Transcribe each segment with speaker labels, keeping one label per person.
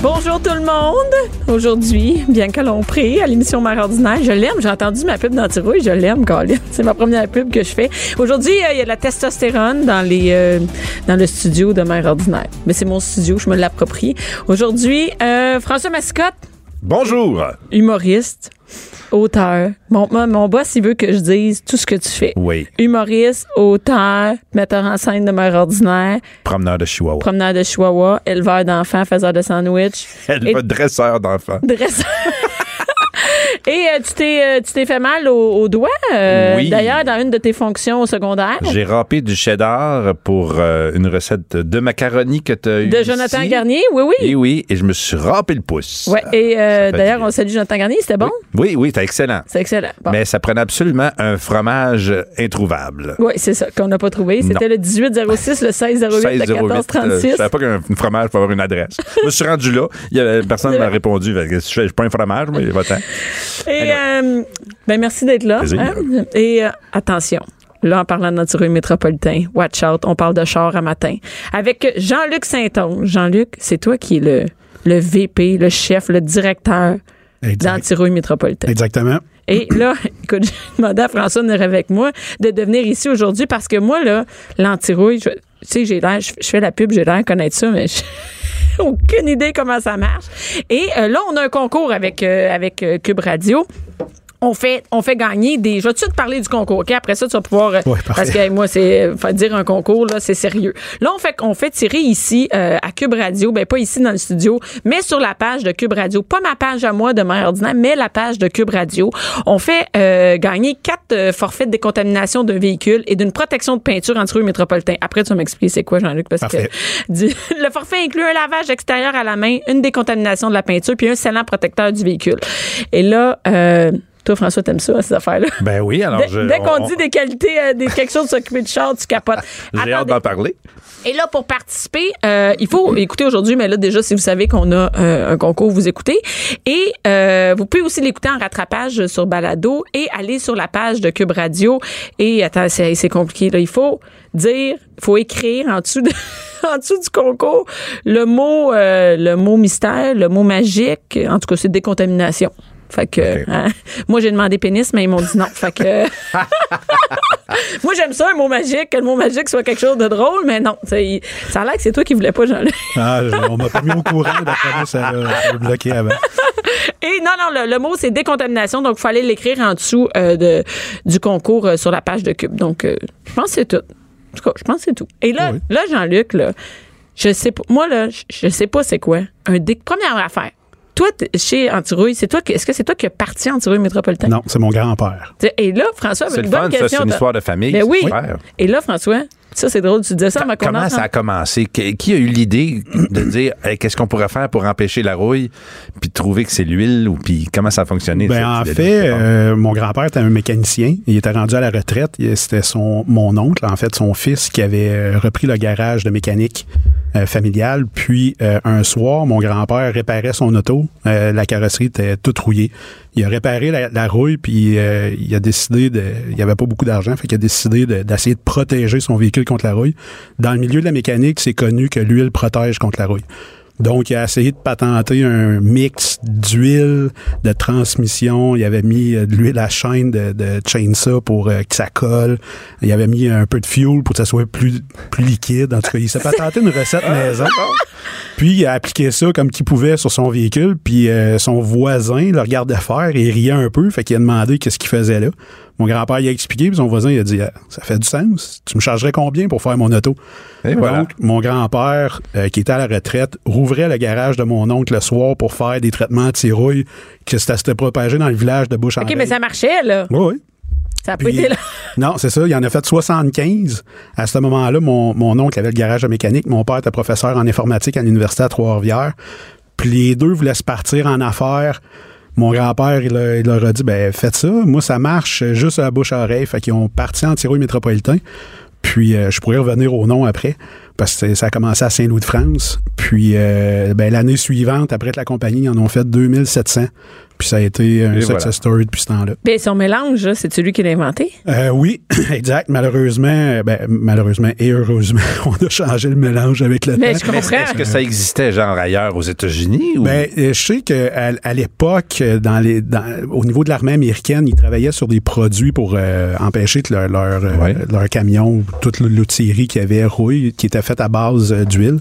Speaker 1: Bonjour tout le monde! Aujourd'hui, Bianca Lompré à l'émission Mère Ordinaire. Je l'aime, j'ai entendu ma pub d'Antirouille, je l'aime, Colin. C'est ma première pub que je fais. Aujourd'hui, euh, il y a de la testostérone dans, les, euh, dans le studio de Mère Ordinaire. Mais c'est mon studio, je me l'approprie. Aujourd'hui, euh, François Mascotte,
Speaker 2: Bonjour!
Speaker 1: humoriste, auteur. Mon, mon, mon boss, il veut que je dise tout ce que tu fais.
Speaker 2: Oui.
Speaker 1: Humoriste, auteur, metteur en scène de Mère Ordinaire,
Speaker 2: Promeneur de Chihuahua.
Speaker 1: promeneur de chihuahua, éleveur d'enfants, faiseur de sandwich.
Speaker 2: Elle
Speaker 1: Et-
Speaker 2: va dresseur d'enfants.
Speaker 1: dresseur. Et euh, tu t'es euh, tu t'es fait mal au, au doigt euh,
Speaker 2: Oui.
Speaker 1: d'ailleurs dans une de tes fonctions au secondaire
Speaker 2: J'ai râpé du cheddar pour euh, une recette de macaroni que tu as
Speaker 1: de Jonathan Garnier. Oui oui.
Speaker 2: Et Eh oui, et je me suis râpé le pouce.
Speaker 1: ouais, et euh,
Speaker 2: Ça fait
Speaker 1: d'ailleurs
Speaker 2: du bien.
Speaker 1: on salue Jonathan Garnier, c'était bon
Speaker 2: Oui, oui, c'était excellent.
Speaker 1: C'est excellent. Bon.
Speaker 2: Mais ça prenait absolument un fromage introuvable.
Speaker 1: Oui, c'est ça qu'on n'a pas trouvé, c'était
Speaker 2: Non.
Speaker 1: le 1806, le 1608, le
Speaker 2: 1608, euh,
Speaker 1: 1436.
Speaker 2: Je savais pas qu'un fromage peut avoir une adresse. je me suis rendu là. Il y avait, personne ne m'a répondu. Fait que Je suis pas un fromage, mais va-t'en.
Speaker 1: Et euh, ben merci d'être là.
Speaker 2: Plaisir.
Speaker 1: Et euh, attention. Là, en parlant de natureux métropolitain, watch out, on parle de char à matin. Avec Jean-Luc Saint-Onge. Jean-Luc, c'est toi qui es le, le VP, le chef, le directeur
Speaker 3: Exact-
Speaker 1: d'Antirouille métropolitain.
Speaker 3: Exactement.
Speaker 1: Et là, écoute, j'ai demandé à François de venir avec moi, de devenir ici aujourd'hui parce que moi, là, l'antirouille, je- tu sais, j'ai l'air, je, je fais la pub, j'ai l'air de connaître ça, mais j'ai aucune idée comment ça marche. Et euh, là, on a un concours avec, euh, avec euh, Cube Radio. On fait, on fait gagner des. Je vais tout de suite parler du concours, OK? Après ça, tu vas pouvoir. euh,
Speaker 3: Ouais, parfait.
Speaker 1: parce que hey, moi, c'est. euh, faut dire un concours, là, c'est sérieux. Là, on fait, on fait tirer ici, euh, à Cube Radio, ben pas ici dans le studio, mais sur la page de Cube Radio. Pas ma page à moi de Mère Ordinaire, mais la page de Cube Radio. On fait euh, gagner quatre euh, forfaits de décontamination d'un véhicule et d'une protection de peinture entre eux métropolitain. Après, tu vas m'expliquer c'est quoi, Jean-Luc, parce
Speaker 3: Parfait.
Speaker 1: que. du- le forfait inclut un lavage extérieur à la main, une décontamination de la peinture, puis un scellant protecteur du véhicule. Et là, euh, toi, François, t'aimes ça, ces affaires-là?
Speaker 2: Ben oui, alors
Speaker 1: Dès,
Speaker 2: je.
Speaker 1: dès qu'on
Speaker 2: on-
Speaker 1: dit des qualités, euh, des, quelque chose de s'occuper de char, tu capotes.
Speaker 2: J'ai hâte
Speaker 1: Attendez.
Speaker 2: d'en parler.
Speaker 1: Et là, pour participer, euh, il faut écouter aujourd'hui, mais là, déjà, si vous savez qu'on a euh, un concours, vous écoutez. Et euh, vous pouvez aussi l'écouter en rattrapage sur Balado et aller sur la page de Cube Radio. Et attends, c'est c'est compliqué, là. Il faut dire, il faut écrire en dessous, de- en dessous du concours le mot, euh, le mot mystère, le mot magique. En tout cas, c'est décontamination. Fait que,
Speaker 2: Ok.
Speaker 1: hein, moi, j'ai demandé pénis, mais ils m'ont dit non. Fait que. euh, Moi, j'aime ça, un mot magique, que le mot magique soit quelque chose de drôle, mais non. tu sais, il- Ça a l'air que c'est toi qui voulais pas, Jean-Luc.
Speaker 3: Ah, je- on m'a pas mis au courant, d'après moi, ça l'a ça l'a bloqué avant.
Speaker 1: Et non, non, le, le mot, c'est décontamination, donc il fallait l'écrire en dessous euh, de, du concours euh, sur la page de Cube. Donc, euh, je pense que c'est tout. En tout cas, je pense que c'est tout. Et là,
Speaker 3: Oui.
Speaker 1: là Jean-Luc, là, je sais pas. Moi, là, je, je sais pas c'est quoi. Un dé- Première affaire. Toi, t'es- chez Antirouille, c'est toi qui- est-ce que c'est toi qui as parti Antirouille métropolitain?
Speaker 3: Non, c'est mon grand-père.
Speaker 1: Et là, François, avait
Speaker 2: C'est
Speaker 1: une
Speaker 2: le
Speaker 1: bonne
Speaker 2: fun, ça,
Speaker 1: question.
Speaker 2: c'est une
Speaker 1: de-
Speaker 2: histoire de famille.
Speaker 1: Ben
Speaker 2: c'est
Speaker 1: oui.
Speaker 2: super.
Speaker 1: Et là, François, ça, c'est drôle, tu disais ça à ma
Speaker 2: Comment
Speaker 1: connaissance.
Speaker 2: ça a commencé? Qui qui a eu l'idée de dire Hey, qu'est-ce qu'on pourrait faire pour empêcher la rouille, puis de trouver que c'est l'huile, ou puis comment ça a fonctionné?
Speaker 3: Ben,
Speaker 2: cette
Speaker 3: en
Speaker 2: idée-là?
Speaker 3: fait, euh, mon grand-père était un mécanicien. Il était rendu à la retraite. Il- C'était son mon oncle, en fait, son fils, qui avait euh, repris le garage de mécanique euh, familiale. Puis, euh, un soir, mon grand-père réparait son auto. Euh, la carrosserie était toute rouillée. Il a réparé la, la rouille, puis euh, il a décidé de... Il n'y avait pas beaucoup d'argent, fait qu'il a décidé de- d'essayer de protéger son véhicule contre la rouille. Dans le milieu de la mécanique, c'est connu que l'huile protège contre la rouille. Donc, il a essayé de patenter un mix d'huile, de transmission. Il avait mis euh, de l'huile à chaîne de, de chainsaw pour euh, que ça colle. Il avait mis un peu de fuel pour que ça soit plus, plus liquide. En tout cas, il s'est patenté une
Speaker 2: Ah,
Speaker 3: recette maison. Puis, il a appliqué ça comme qu'il pouvait sur son véhicule. Puis, euh, son voisin le regardait faire et il riait un peu. Fait qu'il a demandé qu'est-ce qu'il faisait là. Mon grand-père, il a expliqué. Puis, son voisin, il a dit, Ah, ça fait du sens. Tu me chargerais combien pour faire mon auto?
Speaker 2: Et voilà.
Speaker 3: Donc, mon grand-père, euh, qui était à la retraite, rouvrait le garage de mon oncle le soir pour faire des traitements anti-rouille que ça s'était propagé dans le village de bouche en
Speaker 1: OK, mais
Speaker 3: oreille.
Speaker 1: ça marchait, là.
Speaker 3: Oui, oui.
Speaker 1: Ça a pas
Speaker 3: Puis-
Speaker 1: été là.
Speaker 3: Non, c'est ça. Il en a fait 75. À ce moment-là, mon, mon oncle avait le garage de mécanique. Mon père était professeur en informatique à l'université à Trois-Rivières. Puis les deux voulaient se partir en affaires. Mon grand-père, il, leur- il leur a dit, ben faites ça. Moi, ça marche juste à la bouche à oreille. Fait qu'ils ont parti en tirouille métropolitain. Puis euh, je pourrais revenir au nom après, parce que ça a commencé à Saint-Louis-de-France. Puis euh, ben, l'année suivante, après que la compagnie, ils en ont fait 2700. Puis ça a été un
Speaker 2: Et
Speaker 3: success
Speaker 2: voilà.
Speaker 3: story depuis ce temps-là.
Speaker 1: Bien, Ben, son mélange, là, c'est celui qui l'a inventé. Ben,
Speaker 3: Euh, oui, exact. Malheureusement, euh, ben, malheureusement et heureusement, on a changé le mélange avec le
Speaker 1: Mais
Speaker 3: temps.
Speaker 1: je comprends.
Speaker 2: Est-ce que ça existait, genre, ailleurs aux États-Unis? Ou...
Speaker 3: Ben, euh, je sais qu'à à, à l'époque, euh, dans les, dans- au niveau de l'armée américaine, ils travaillaient sur des produits pour euh, empêcher que leur, leur, euh,
Speaker 2: Ouais.
Speaker 3: leur camion, ou toute l'outillerie qu'il y avait rouille, qui était faite à base euh, d'huile.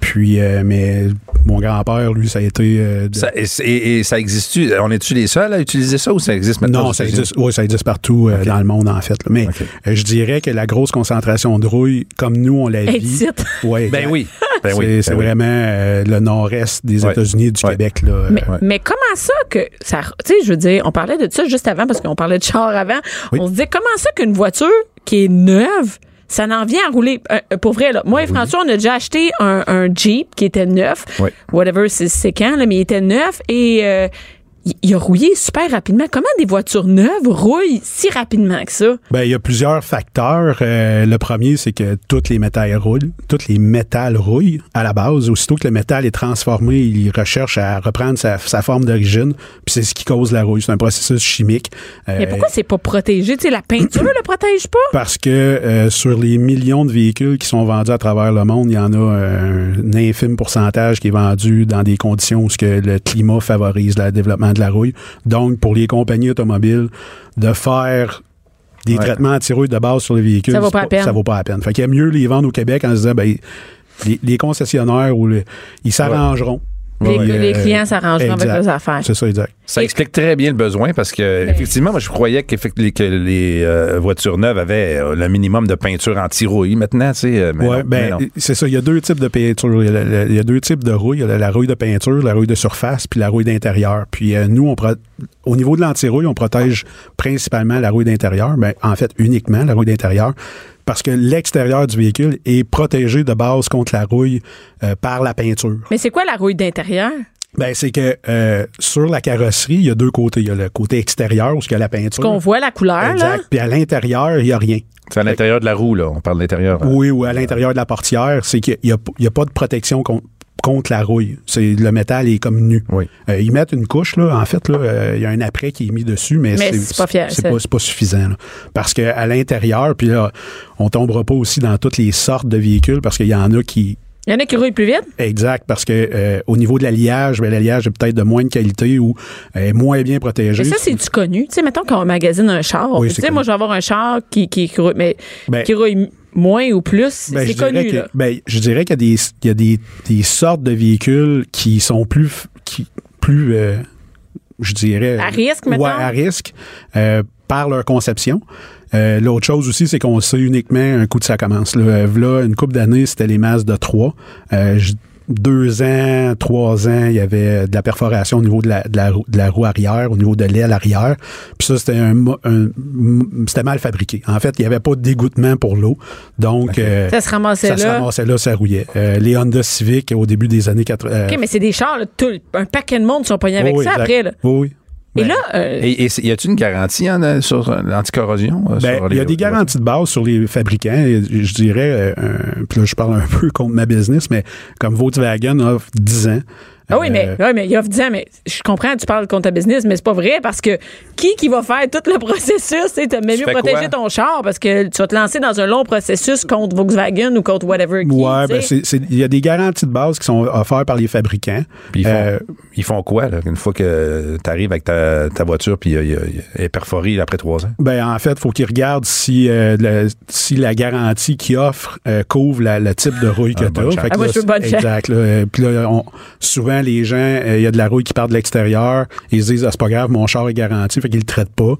Speaker 3: Puis, euh, mais mon grand-père, lui, ça a été... euh, de-
Speaker 2: Ça- et, et- et ça existe-tu? On est-tu les seuls à utiliser ça ou ça existe maintenant?
Speaker 3: non,
Speaker 2: aux
Speaker 3: ça
Speaker 2: États-Unis?
Speaker 3: existe, ouais, ça existe partout euh, dans le monde, en fait. là. Mais
Speaker 2: Ok.
Speaker 3: euh, je dirais que la grosse concentration de rouille, comme nous, on la
Speaker 1: Hey,
Speaker 3: vit...
Speaker 1: titre.
Speaker 3: Ouais,
Speaker 2: Ben
Speaker 3: exact.
Speaker 2: oui. Ben
Speaker 3: c'est
Speaker 2: oui. ben
Speaker 3: c'est
Speaker 2: oui.
Speaker 3: vraiment euh, le nord-est des
Speaker 2: Ouais.
Speaker 3: États-Unis et du
Speaker 2: Ouais.
Speaker 3: Québec. Là, euh,
Speaker 1: Mais, mais comment ça que ça tu sais je veux dire on parlait de ça juste avant parce qu'on parlait de char avant
Speaker 3: Oui.
Speaker 1: on se disait comment ça qu'une voiture qui est neuve ça n'en vient à rouler Euh, euh, pour vrai là moi et François on a déjà acheté un, un Jeep qui était neuf
Speaker 2: Ben Oui.
Speaker 1: whatever c'est- c'est quand là, mais il était neuf et euh, il- il a rouillé super rapidement. Comment des voitures neuves rouillent si rapidement que ça?
Speaker 3: Ben, il y a plusieurs facteurs. Euh, le premier, c'est que tous les métals roulent, tous les métals rouillent à la base. Aussitôt que le métal est transformé, il recherche à reprendre sa, sa forme d'origine, puis c'est ce qui cause la rouille. C'est un processus chimique. Euh,
Speaker 1: Mais pourquoi c'est pas protégé? Tu sais, la peinture le protège pas?
Speaker 3: parce que euh, sur les millions de véhicules qui sont vendus à travers le monde, il y en a euh, un infime pourcentage qui est vendu dans des conditions où ce que le climat favorise le développement de la rouille. Donc, pour les compagnies automobiles, de faire des
Speaker 2: Ouais.
Speaker 3: traitements anti-rouille de base sur les véhicules,
Speaker 1: Ça vaut
Speaker 3: c'est
Speaker 1: pas la peine.
Speaker 3: ça vaut pas la peine. Fait qu'il y a mieux les vendre au Québec en se disant, ben, les, les concessionnaires ou le- ils s'arrangeront.
Speaker 1: Les-
Speaker 3: Puis,
Speaker 1: les
Speaker 3: euh,
Speaker 1: clients s'arrangeront avec
Speaker 3: exact.
Speaker 1: leurs affaires.
Speaker 3: C'est ça, exact.
Speaker 2: Ça explique très bien le besoin parce que, effectivement, moi, je croyais qu'effect- les- que les euh, voitures neuves avaient euh, le minimum de peinture anti-rouille. Maintenant, tu sais, euh, mais
Speaker 3: Ouais,
Speaker 2: non, mais
Speaker 3: ben,
Speaker 2: non.
Speaker 3: c'est ça. Il y a deux types de peinture. Il y a, le- le- il y a deux types de rouille. Il y a la, la rouille de peinture, la rouille de surface, puis la rouille d'intérieur. Puis euh, nous, on pro- au niveau de l'anti-rouille, on protège principalement la rouille d'intérieur. Ben, en fait, uniquement la rouille d'intérieur. Parce que l'extérieur du véhicule est protégé de base contre la rouille euh, par la peinture.
Speaker 1: Mais c'est quoi la rouille d'intérieur?
Speaker 3: Ben, c'est que euh, sur la carrosserie, il y a deux côtés. Il y a le côté extérieur, où il y a la peinture.
Speaker 1: Qu'on voit la couleur, là?
Speaker 3: Exact. Puis à l'intérieur, il n'y a rien.
Speaker 2: C'est à l'intérieur de la roue, là. On parle de l'intérieur. hein.
Speaker 3: Oui, ou à l'intérieur de la portière, c'est qu'il n'y a, il y a pas de protection con- contre, la rouille. C'est le métal est comme nu.
Speaker 2: Oui.
Speaker 3: Euh, ils mettent une couche là, en fait là, euh, il y a un après qui est mis dessus, mais,
Speaker 1: Mais c'est pas fier,
Speaker 3: c'est
Speaker 1: ça.
Speaker 3: pas, c'est pas suffisant là. parce que à l'intérieur, puis là, on tombera pas aussi dans toutes les sortes de véhicules parce qu'il y en a qui
Speaker 1: Il y en a qui rouillent plus vite?
Speaker 3: Exact, parce que euh, au niveau de l'alliage, ben, l'alliage est peut-être de moins de qualité ou euh, moins bien protégé.
Speaker 1: Mais ça, c'est-tu connu? Tu sais, mettons qu'on magasine un char.
Speaker 3: Oui,
Speaker 1: tu
Speaker 3: c'est
Speaker 1: sais, moi,
Speaker 3: connu.
Speaker 1: je vais avoir un char qui, qui, qui rouille, mais
Speaker 3: Ben,
Speaker 1: qui rouille moins ou plus. c'est
Speaker 3: Ben, je dirais
Speaker 1: connu,
Speaker 3: que-
Speaker 1: là.
Speaker 3: ben, je dirais qu'il y a, des, il y a des, des sortes de véhicules qui sont plus, f- qui, plus euh, je dirais...
Speaker 1: À risque,
Speaker 3: Ouais,
Speaker 1: mettons?
Speaker 3: à risque euh, par leur conception. Euh, L'autre chose aussi, c'est qu'on sait uniquement un coup de ça commence. Là, euh, V'là une coupe d'années, c'était les masses de 3. deux ans, trois ans, il y avait de la perforation au niveau de la, de la, roue- de la roue arrière, au niveau de l'aile arrière. Puis ça, c'était un, mo- un- m- c'était mal fabriqué. En fait, il n'y avait pas de dégoûtement pour l'eau. Donc, euh,
Speaker 1: Ça se ramassait
Speaker 3: ça se
Speaker 1: là.
Speaker 3: ramassait là, ça rouillait. Euh, les Honda Civic au début des années 80. euh,
Speaker 1: OK, mais c'est des chars, là, tout, un paquet de monde sont pognés avec
Speaker 3: oui,
Speaker 1: ça
Speaker 3: exact. Ben,
Speaker 1: après, là.
Speaker 3: Oui, oui.
Speaker 1: Et là, euh,
Speaker 2: Et, et c'est- y a-t-il une garantie hein, euh, sur euh, l'anticorrosion? euh,
Speaker 3: Ben,
Speaker 2: sur
Speaker 3: il
Speaker 2: les-
Speaker 3: y a des
Speaker 2: les voitures?
Speaker 3: garanties de base sur les fabricants. Et Je dirais, euh, un- puis là, je parle un peu contre ma business, mais comme Volkswagen offre 10 ans.
Speaker 1: ah oui, mais,
Speaker 3: euh,
Speaker 1: oui, mais il y a 10 ans, mais je comprends, tu parles contre ta business, mais c'est pas vrai parce que qui qui va faire tout le processus? Tu sais, t'as mieux
Speaker 2: fais
Speaker 1: protéger
Speaker 2: quoi?
Speaker 1: ton char parce que tu vas te lancer dans un long processus contre Volkswagen ou contre whatever. qui,
Speaker 3: Ouais,
Speaker 1: tu sais.
Speaker 3: ben, c'est- c'est- il y a des garanties de base qui sont offertes par les fabricants.
Speaker 2: Puis ils, font,
Speaker 3: Euh,
Speaker 2: ils font quoi, là, une fois que tu arrives avec ta, ta voiture puis euh, y a- y a- elle est perforée après trois ans?
Speaker 3: Ben, en fait, il faut qu'ils regardent si, euh, le- si la garantie qu'ils offrent euh, couvre la- le type de rouille que
Speaker 2: Ah,
Speaker 3: tu
Speaker 2: bonne chance.
Speaker 1: Ah, moi, je veux bonne chance.
Speaker 3: Exact. là, euh, puis là, on- souvent, les gens, euh, il y a de la rouille qui part de l'extérieur. Ils se disent, ah, c'est pas grave, mon char est garanti, fait qu'ils le traitent pas.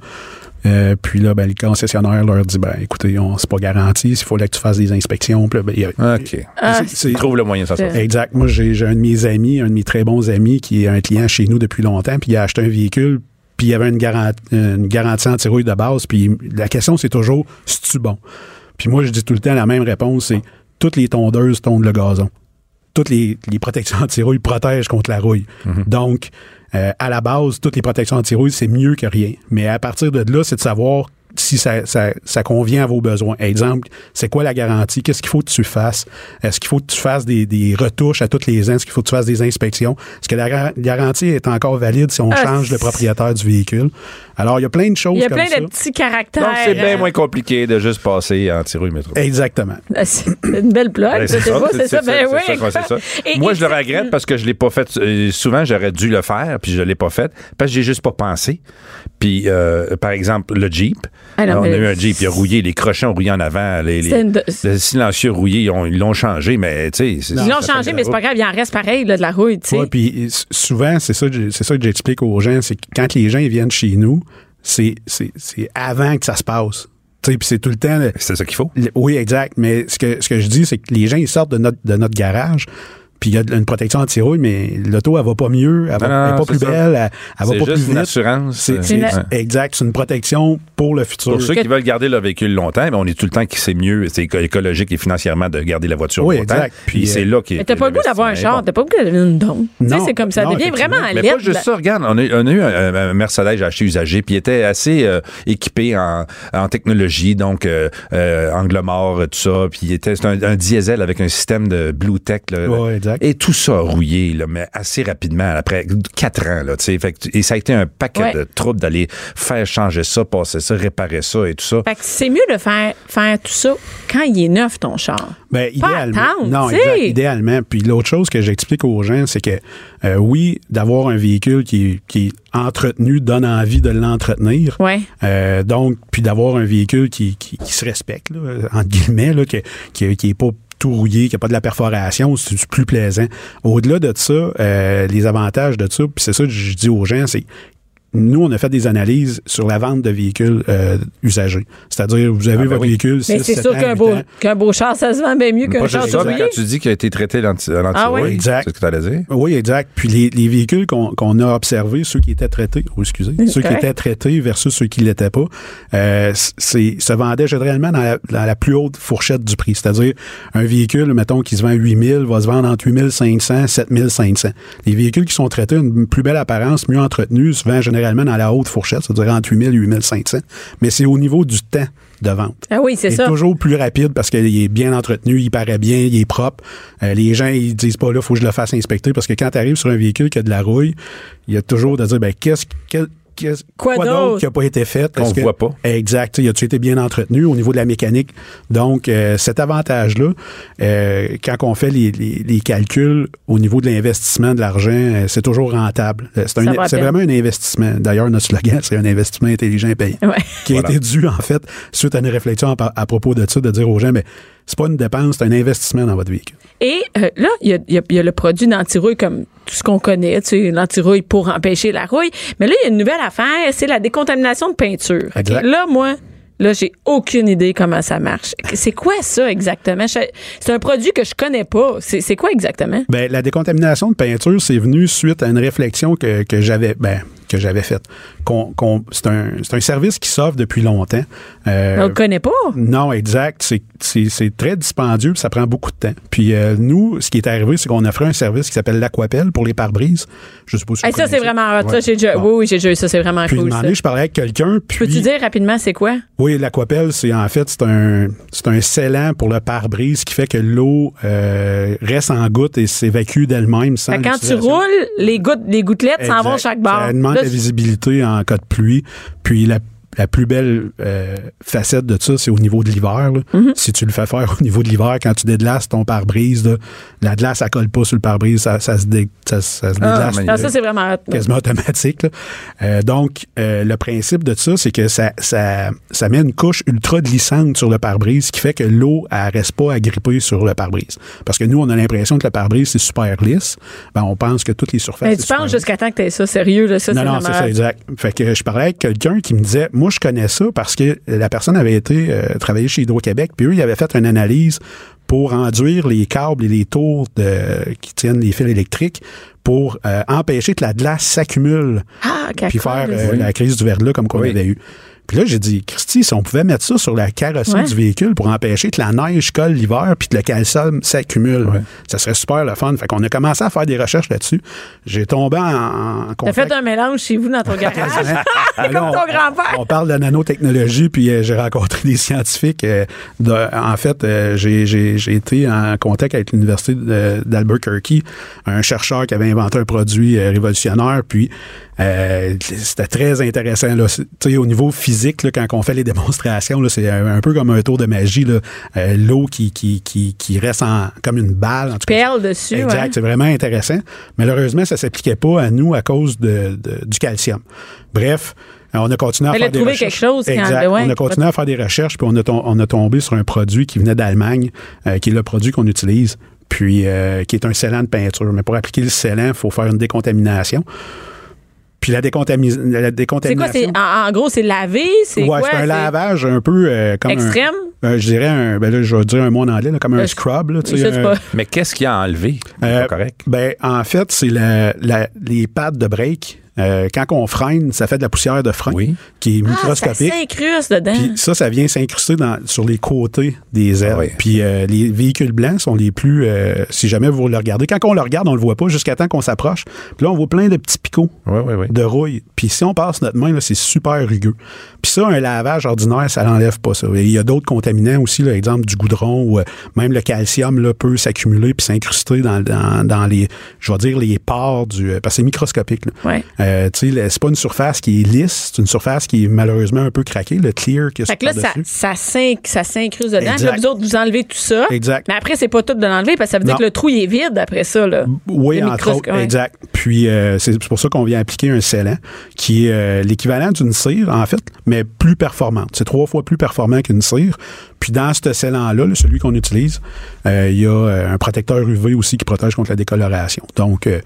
Speaker 3: Euh, puis là, ben, le concessionnaire leur dit, ben, écoutez, on- c'est pas garanti, il faut là que tu fasses des inspections. Puis là, ben, il y a-
Speaker 2: OK.
Speaker 1: Ah,
Speaker 3: c'est-
Speaker 2: Trouve le moyen de s'en sortir.
Speaker 3: Exact. Moi, j'ai j'ai un de mes amis, un de mes très bons amis, qui est un client chez nous depuis longtemps, puis il a acheté un véhicule, puis il avait une, garan- une garantie anti-rouille de base, puis la question, c'est toujours, c'est-tu bon? Puis moi, je dis tout le temps la même réponse, c'est toutes les tondeuses tondent le gazon. Toutes les, les protections anti-rouille protègent contre la rouille. Donc, euh, à la base, toutes les protections anti-rouille, c'est mieux que rien. Mais à partir de là, c'est de savoir si ça, ça, ça convient à vos besoins. Exemple, c'est quoi la garantie? Qu'est-ce qu'il faut que tu fasses? Est-ce qu'il faut que tu fasses des, des retouches à toutes les ans? Est-ce qu'il faut que tu fasses des inspections? Est-ce que la gar- garantie est encore valide si on
Speaker 1: Ah,
Speaker 3: change le propriétaire du véhicule? Alors, il y a plein de choses
Speaker 1: Il y a
Speaker 3: comme
Speaker 1: plein
Speaker 3: ça.
Speaker 1: de petits caractères.
Speaker 2: Donc, c'est bien
Speaker 1: euh,
Speaker 2: moins compliqué de juste passer en anti-rouille-métro.
Speaker 3: Exactement.
Speaker 1: Ah, C'est une belle plug.
Speaker 2: Ben,
Speaker 1: c'est ça, c'est ça. Ben oui.
Speaker 2: c'est ça, c'est ça.
Speaker 1: Et-
Speaker 2: Moi,
Speaker 1: et
Speaker 2: je le
Speaker 1: c'est-
Speaker 2: regrette parce que je l'ai pas fait. euh, Souvent, j'aurais dû le faire, puis je l'ai pas fait parce que j'ai juste pas pensé. Puis, euh, par exemple, le Jeep. Euh,
Speaker 1: Ah non,
Speaker 2: on a
Speaker 1: mais-
Speaker 2: eu un Jeep, il a rouillé, les crochets ont rouillé en avant, les, les-
Speaker 1: C'est une de-
Speaker 2: le silencieux rouillé, ils, ont- ils l'ont changé, mais tu sais.
Speaker 1: Ils l'ont changé, mais c'est pas grave, il en reste pareil, là, de la rouille, tu sais.
Speaker 3: Ouais, puis s- souvent, c'est ça, que j'ai- c'est ça que j'explique aux gens, c'est que quand les gens ils viennent chez nous, c'est, c'est, c'est avant que ça se passe. Tu sais, puis c'est tout le temps... le-
Speaker 2: C'est ça qu'il faut.
Speaker 3: le- oui, exact, mais ce que, ce que je dis, c'est que les gens, ils sortent de notre, de notre garage, puis il y a de- une protection anti-rouille, mais l'auto, elle va pas mieux, elle, va,
Speaker 2: Non, non,
Speaker 3: elle est pas
Speaker 2: c'est
Speaker 3: plus
Speaker 2: ça.
Speaker 3: belle, elle, elle va
Speaker 2: C'est
Speaker 3: pas plus
Speaker 2: juste une
Speaker 3: vite.
Speaker 2: assurance.
Speaker 3: C'est,
Speaker 2: euh,
Speaker 3: c'est-
Speaker 1: une-
Speaker 3: c'est- exact, c'est une protection pour le futur.
Speaker 2: Pour ceux qui veulent garder leur véhicule longtemps, ben, on est tout le temps que c'est mieux, c'est éco- écologique et financièrement de garder la voiture
Speaker 3: Oui,
Speaker 2: longtemps.
Speaker 3: exact.
Speaker 2: Puis
Speaker 3: Puis,
Speaker 2: c'est
Speaker 3: euh,
Speaker 2: là qu'il
Speaker 1: Mais t'as pas le goût d'avoir un
Speaker 2: Mais
Speaker 1: char,
Speaker 2: bon.
Speaker 1: t'as pas le goût d'avoir une dôme. Tu sais,
Speaker 3: Non,
Speaker 1: c'est comme ça, ça
Speaker 3: non,
Speaker 1: devient vraiment
Speaker 3: effectivement.
Speaker 2: Mais
Speaker 1: laid,
Speaker 2: pas juste
Speaker 1: là.
Speaker 2: ça, regarde, on a, on a eu un, un Mercedes acheté usagé, puis il était assez euh, équipé en, en technologie, donc euh, euh, angle mort, tout ça, puis il était c'était un, un diesel avec un système de Blue Tech. Là,
Speaker 3: Ouais, exact.
Speaker 2: Et tout ça rouillé, là, mais assez rapidement, après quatre ans. Là, tu sais. fait que tu- et ça a été un paquet
Speaker 1: Ouais.
Speaker 2: de troubles d'aller faire changer ça, passer ça, réparer ça et tout ça.
Speaker 1: Fait que c'est mieux de faire, faire tout ça quand il est neuf, ton char.
Speaker 3: Ben,
Speaker 1: Pas
Speaker 3: idéalement.
Speaker 1: attendre,
Speaker 3: non,
Speaker 1: tu sais.
Speaker 3: exact, idéalement. Puis l'autre chose que j'explique aux gens, c'est que euh, oui, d'avoir un véhicule qui, est- qui est entretenu donne envie de l'entretenir.
Speaker 1: Ouais.
Speaker 3: Euh, donc, puis d'avoir un véhicule qui, qui, qui se respecte, là, entre guillemets, là, que- qui, qui est pas tout rouillé, qui n'a pas de la perforation, c'est du plus plaisant. Au-delà de ça, euh, les avantages de ça, puis c'est ça que je dis aux gens, c'est nous, on a fait des analyses sur la vente de véhicules euh, usagés. C'est-à-dire, vous avez
Speaker 2: Ah, ben
Speaker 3: votre
Speaker 2: oui.
Speaker 3: véhicule,
Speaker 1: Mais
Speaker 3: six,
Speaker 1: c'est
Speaker 3: sept
Speaker 1: sûr
Speaker 3: ans,
Speaker 1: qu'un
Speaker 3: huit
Speaker 1: beau,
Speaker 3: ans.
Speaker 1: qu'un beau char, ça se vend bien mieux qu'un
Speaker 2: Pas
Speaker 1: char
Speaker 2: juste ça, mais
Speaker 1: rouillé.
Speaker 2: quand tu dis qu'il a été traité l'anti- à lanti
Speaker 1: Ah oui?
Speaker 3: Exact.
Speaker 2: c'est ce que tu allais dire?
Speaker 3: Oui, exact. Puis les, les véhicules qu'on qu'on a observés, ceux qui étaient traités, oh, excusez, ceux qui
Speaker 1: correct.
Speaker 3: étaient traités versus ceux qui ne l'étaient pas, euh, c'est- se vendaient généralement dans la, dans la plus haute fourchette du prix. C'est-à-dire, un véhicule, mettons, qui se vend 8 000, va se vendre entre 8 500 7 500. Les véhicules qui sont traités, une plus belle apparence, mieux entretenus, se vendent généralement dans la haute fourchette, c'est-à-dire entre 8 000 et 8 500. Mais c'est au niveau du temps de vente.
Speaker 1: Ah oui, c'est
Speaker 3: Il
Speaker 1: ça.
Speaker 3: est toujours plus rapide parce qu'il est bien entretenu, il paraît bien, il est propre. Euh, les gens, ils disent pas là, faut que je le fasse inspecter parce que quand tu arrives sur un véhicule qui a de la rouille, il y a toujours de dire, ben, qu'est-ce quel- qu'est-ce-
Speaker 1: Quoi d'autre?
Speaker 3: qui n'a pas été fait?
Speaker 2: Qu'on
Speaker 3: Est-ce que-
Speaker 2: voit pas.
Speaker 3: Exact. Il a-tu été bien entretenu au niveau de la mécanique? Donc, euh, cet avantage-là, euh, quand on fait les, les- les calculs au niveau de l'investissement de l'argent, euh, c'est toujours rentable. Euh,
Speaker 1: Ça
Speaker 3: C'est, un-
Speaker 1: va
Speaker 3: c'est
Speaker 1: bien.
Speaker 3: vraiment un investissement. D'ailleurs, notre slogan, c'est un investissement intelligent et payant
Speaker 1: Ouais.
Speaker 3: qui a
Speaker 2: Voilà.
Speaker 3: été dû, en fait, suite à une réflexion à, à propos de ça, de dire aux gens, mais c'est pas une dépense, c'est un investissement dans votre véhicule.
Speaker 1: Et euh, là, il y a, il y a- il y a le produit d'antirouille comme tout ce qu'on connaît, tu sais, l'antirouille pour empêcher la rouille. Mais là, il y a une nouvelle affaire, c'est la décontamination de peinture.
Speaker 3: Exact.
Speaker 1: OK, Là, moi, là, j'ai aucune idée comment ça marche. C'est quoi ça exactement? Je- C'est un produit que je connais pas. C'est c'est quoi exactement?
Speaker 3: Ben, la décontamination de peinture, c'est venu suite à une réflexion que, que j'avais, ben, que j'avais faite. Qu'on- qu'on- c'est, un, c'est un service qui s'offre depuis longtemps. Euh,
Speaker 1: On le connaît pas.
Speaker 3: Non, exact. C'est- C'est c'est très dispendieux, puis ça prend beaucoup de temps. Puis euh, nous, ce qui est arrivé, c'est qu'on offrait un service qui s'appelle l'aquapelle pour les pare-brises. Je suppose.
Speaker 1: Hey, ça, c'est vraiment hot. Ça, j'ai déjà,
Speaker 3: Bon.
Speaker 1: Oui, oui, j'ai déjà eu ça. C'est vraiment
Speaker 3: Puis
Speaker 1: cool.
Speaker 3: une
Speaker 1: ça.
Speaker 3: année, je parlais avec quelqu'un. Puis
Speaker 1: Peux-tu dire rapidement c'est quoi?
Speaker 3: Oui, l'aquapelle, c'est en fait c'est un c'est un scellant pour le pare-brise qui fait que l'eau euh, reste en goutte et s'évacue d'elle-même sans
Speaker 1: Fait que quand tu
Speaker 3: l'utilisation.
Speaker 1: roules, les, gouttes, les gouttelettes s'en
Speaker 3: Exact.
Speaker 1: vont chaque bord.
Speaker 3: Ça demande
Speaker 1: Là,
Speaker 3: la visibilité en cas de pluie. Puis la, la plus belle euh, facette de ça, c'est au niveau de l'hiver. là.
Speaker 1: Mhm.
Speaker 3: Si tu le fais faire au niveau de l'hiver, quand tu déglaces ton pare-brise, là, la glace, ça colle pas sur le pare-brise, ça, ça se, dé- ça- ça se
Speaker 2: Ah,
Speaker 3: déglace.
Speaker 2: mais-
Speaker 1: non, ça, c'est vraiment hot.
Speaker 3: quasiment automatique. là. Euh, donc, euh, le principe de ça, c'est que ça, ça, ça met une couche ultra glissante sur le pare-brise, ce qui fait que l'eau, elle reste pas agrippée sur le pare-brise. Parce que nous, on a l'impression que le pare-brise, c'est super lisse. Ben, on pense que toutes les surfaces...
Speaker 1: Mais
Speaker 3: c'est
Speaker 1: Ben, tu
Speaker 3: super
Speaker 1: penses jusqu'à temps que t'aies ça sérieux, là, ça, c'est
Speaker 3: non, non,
Speaker 1: vraiment
Speaker 3: c'est ça,
Speaker 1: hot.
Speaker 3: exact. Fait que je parlais avec quelqu'un qui me disait, moi, je connais ça parce que la personne avait été euh, travailler chez Hydro-Québec, puis eux, ils avaient fait une analyse pour enduire les câbles et les tours de, qui tiennent les fils électriques pour euh, empêcher que la glace s'accumule
Speaker 1: Ah,
Speaker 3: puis
Speaker 1: cacole,
Speaker 3: faire
Speaker 1: là,
Speaker 3: euh, la crise du verglas comme qu'on
Speaker 2: Oui.
Speaker 3: avait eu. Puis là, j'ai dit, Christy, si on pouvait mettre ça sur la carrosserie
Speaker 1: Ouais.
Speaker 3: du véhicule pour empêcher que la neige colle l'hiver puis que le calcium s'accumule, ça serait super le fun. Fait qu'on a commencé à faire des recherches là-dessus. J'ai tombé en, en
Speaker 1: T'as
Speaker 3: contact.
Speaker 1: fait un mélange chez vous dans ton garage.
Speaker 3: Ah,
Speaker 1: Comme
Speaker 3: non,
Speaker 1: ton
Speaker 3: on-
Speaker 1: grand-père.
Speaker 3: On parle de nanotechnologie, puis euh, j'ai rencontré des scientifiques. euh, de- en fait, euh, j'ai- j'ai j'ai été en contact avec l'Université de- d'Albuquerque, un chercheur qui avait inventé un produit euh, révolutionnaire, puis euh, c'était très intéressant. Là. C'est- tu sais, Au niveau physique, là, quand on fait les démonstrations, là, c'est un, un peu comme un tour de magie. là. Euh, L'eau qui, qui, qui, qui reste en- comme une balle. En tout cas,
Speaker 1: Perle dessus.
Speaker 3: Exact,
Speaker 1: ouais.
Speaker 3: c'est vraiment intéressant. Malheureusement, ça s'appliquait pas à nous à cause de, de- du calcium. Bref, euh, on a continué à
Speaker 1: Fallait
Speaker 3: faire des
Speaker 1: trouver
Speaker 3: recherches.
Speaker 1: quelque chose quand-
Speaker 3: Exact.
Speaker 1: ouais.
Speaker 3: on a continué à faire des recherches, puis on a, tom- on a tombé sur un produit qui venait d'Allemagne, euh, qui est le produit qu'on utilise, puis euh, qui est un scellant de peinture. Mais pour appliquer le scellant, il faut faire une décontamination. Puis la, décontamis- la
Speaker 1: C'est quoi?
Speaker 3: décontamination...
Speaker 1: c'est- En, en gros, c'est lavé? C'est
Speaker 3: Ouais,
Speaker 1: quoi?
Speaker 3: c'est un
Speaker 1: C'est-
Speaker 3: lavage un peu euh, comme un-
Speaker 1: Extrême?
Speaker 3: euh, je dirais un, ben là, je vais dire un mot en anglais, là, comme
Speaker 1: Euh,
Speaker 3: un scrub, là, tu
Speaker 1: Je
Speaker 3: sais,
Speaker 1: sais
Speaker 3: un-
Speaker 1: pas.
Speaker 2: Mais qu'est-ce qu'il a enlevé? C'est
Speaker 3: euh,
Speaker 2: pas correct.
Speaker 3: Ben, en fait, c'est la- la- les pattes de break. Euh, quand on freine, ça fait de la poussière de frein
Speaker 2: Oui.
Speaker 3: qui est
Speaker 1: Ah, ça
Speaker 3: microscopique.
Speaker 1: s'incruste dedans.
Speaker 3: puis ça, ça vient s'incruster dans- sur les côtés des ailes.
Speaker 2: Ah oui.
Speaker 3: Puis euh, les véhicules blancs sont les plus... euh, si jamais vous le regardez, quand on le regarde, on le voit pas jusqu'à temps qu'on s'approche. Puis là, on voit plein de petits picots
Speaker 2: Oui, oui, oui.
Speaker 3: de rouille. Puis si on passe notre main, là, c'est super rugueux. Puis ça, un lavage ordinaire, ça l'enlève pas ça. Et il y a d'autres contaminants aussi, là, exemple du goudron ou euh, même le calcium là, peut s'accumuler puis s'incruster dans, dans, dans les, je vais dire, les pores du... euh, Parce que c'est microscopique. là.
Speaker 1: Ouais.
Speaker 3: Euh, tu sais, le- c'est pas une surface qui est lisse, c'est une surface qui est malheureusement un peu craquée, le clear que
Speaker 1: Fait que là, ça, ça, s'in- ça s'incruste dedans.
Speaker 3: Exact.
Speaker 1: Puis Là, vous autres, vous enlevez tout ça.
Speaker 3: Exact.
Speaker 1: Mais après, c'est pas tout de l'enlever parce que ça veut dire
Speaker 3: Non.
Speaker 1: que le trou il est vide après ça. Là.
Speaker 3: Oui,
Speaker 1: Le
Speaker 3: entre
Speaker 1: microscope,
Speaker 3: autres.
Speaker 1: ouais.
Speaker 3: Exact. Puis euh, c'est pour ça qu'on vient appliquer un scellant qui est euh, l'équivalent d'une cire, en fait, mais plus performante. C'est trois fois plus performant qu'une cire. Puis dans ce scellant-là, là, celui qu'on utilise, euh, il y a euh, un protecteur UV aussi qui protège contre la décoloration. Donc, euh,